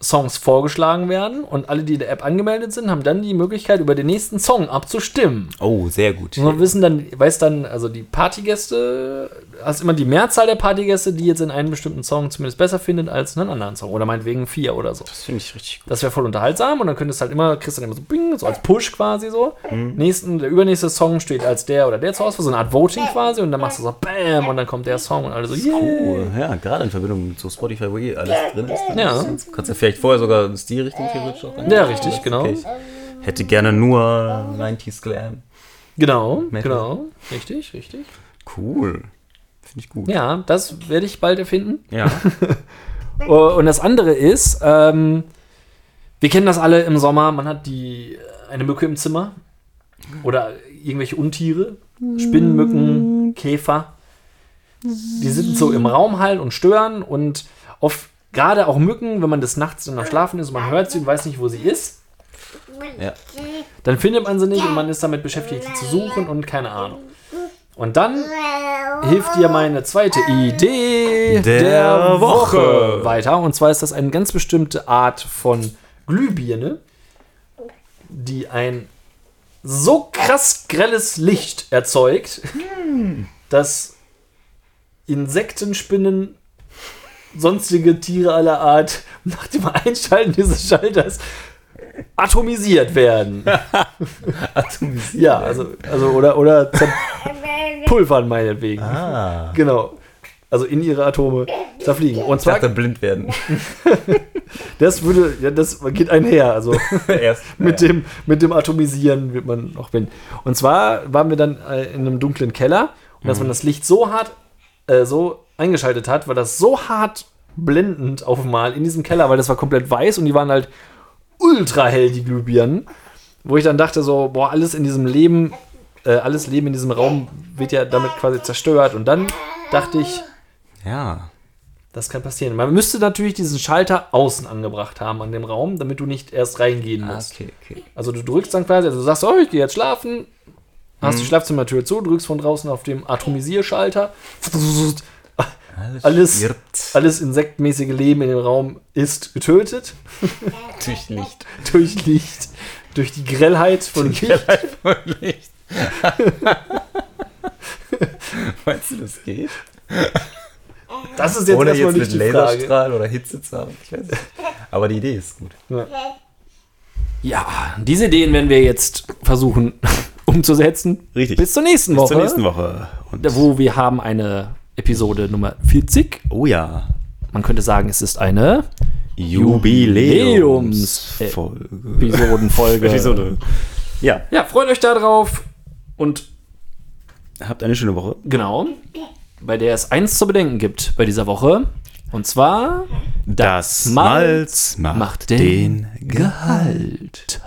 Speaker 2: Songs vorgeschlagen werden und alle, die in der App angemeldet sind, haben dann die Möglichkeit, über den nächsten Song abzustimmen.
Speaker 1: Oh, sehr gut.
Speaker 2: Und wir wissen dann, weiß dann, also die Partygäste, hast immer die Mehrzahl der Partygäste, die jetzt in einem bestimmten Song zumindest besser findet als einen anderen Song oder meinetwegen vier oder so.
Speaker 1: Das finde ich richtig gut.
Speaker 2: Das wäre voll unterhaltsam und dann könntest halt immer, kriegst dann immer so bing, so als Push quasi so.
Speaker 1: Mhm.
Speaker 2: Nächsten, der übernächste Song steht als der oder der zur Auswahl, so eine Art Voting quasi und dann machst du so Bam und dann kommt der Song und alle so yeah.
Speaker 1: Cool. Ja, gerade in Verbindung mit so Spotify, wo eh alles drin ist. ne?
Speaker 2: Ja.
Speaker 1: Du kannst ja vielleicht vorher sogar in die Richtung theoretisch auch rein.
Speaker 2: Ja, richtig, genau.
Speaker 1: Okay. Ich hätte gerne nur 90s Glam.
Speaker 2: Genau,
Speaker 1: Metal.
Speaker 2: genau. Richtig, richtig.
Speaker 1: Cool. Finde ich gut.
Speaker 2: Ja, das werde ich bald erfinden.
Speaker 1: ja.
Speaker 2: Äh, Und das andere ist, ähm, wir kennen das alle im Sommer, man hat die äh, eine Mücke im Zimmer oder irgendwelche Untiere, Spinnen, Mücken, Käfer. Die sind so im Raum halt und stören und oft gerade auch Mücken, wenn man des Nachts dann am Schlafen ist und man hört sie und weiß nicht, wo sie ist,
Speaker 1: ja.
Speaker 2: dann findet man sie nicht und man ist damit beschäftigt, sie zu suchen und keine Ahnung. Und dann hilft dir meine zweite Idee der,
Speaker 1: Der
Speaker 2: Woche.
Speaker 1: Woche.
Speaker 2: weiter. Und zwar ist das eine ganz bestimmte Art von Glühbirne, die ein so krass grelles Licht erzeugt, dass Insekten, Spinnen, sonstige Tiere aller Art nach dem Einschalten dieses Schalters atomisiert werden.
Speaker 1: Atomisiert.
Speaker 2: Ja, also, also oder, oder zerpulvern meinetwegen.
Speaker 1: Ah.
Speaker 2: Genau. Also in ihre Atome zerfliegen. Und
Speaker 1: Ich
Speaker 2: zwar,
Speaker 1: dachte, blind werden.
Speaker 2: das würde, ja, das geht einher. Also
Speaker 1: Erst.
Speaker 2: mit, dem, mit dem Atomisieren wird man noch bin. Und zwar waren wir dann äh, in einem dunklen Keller und dass
Speaker 1: Mhm.
Speaker 2: man das Licht so hart, äh, so eingeschaltet hat, war das so hart blendend auf einmal in diesem Keller, weil das war komplett weiß und die waren halt ultra hell, die Glühbirnen. Wo ich dann dachte so, boah, alles in diesem Leben, äh, alles Leben in diesem Raum wird ja damit quasi zerstört. Und dann dachte ich,
Speaker 1: Ja.
Speaker 2: das kann passieren. Man müsste natürlich diesen Schalter außen angebracht haben an dem Raum, damit du nicht erst reingehen
Speaker 1: Ah,
Speaker 2: musst.
Speaker 1: okay, okay.
Speaker 2: Also du drückst dann quasi, also du sagst, oh, ich gehe jetzt schlafen,
Speaker 1: Mhm.
Speaker 2: hast die Schlafzimmertür zu, drückst von draußen auf dem Atomisierschalter,
Speaker 3: Alles,
Speaker 1: stirbt.
Speaker 3: alles insektmäßige Leben in dem Raum ist getötet
Speaker 1: Natürlich nicht.
Speaker 3: durch Licht, durch die Grellheit von Licht.
Speaker 1: Wirklich. Meinst du, das geht?
Speaker 3: Das ist jetzt
Speaker 1: Ohne
Speaker 3: erstmal
Speaker 1: jetzt
Speaker 3: nicht
Speaker 1: mit
Speaker 3: die Frage.
Speaker 1: Laserstrahl oder Hitze zu haben. Ich weiß es nicht. Aber die Idee ist gut.
Speaker 2: Ja, diese Ideen werden wir jetzt versuchen umzusetzen.
Speaker 1: Richtig.
Speaker 2: Bis zur nächsten Woche.
Speaker 1: Woche. Und
Speaker 2: Wo wir haben eine Episode Nummer 40.
Speaker 1: oh ja.
Speaker 2: Man könnte sagen, es ist eine
Speaker 1: Jubiläumsfolge.
Speaker 2: Episodenfolge.
Speaker 1: Episode. Ja,
Speaker 2: Ja, freut euch darauf. Und
Speaker 1: habt eine schöne Woche.
Speaker 2: genau, bei der es eins zu bedenken gibt bei dieser Woche. Und zwar
Speaker 1: Das
Speaker 2: Malz macht den Gehalt.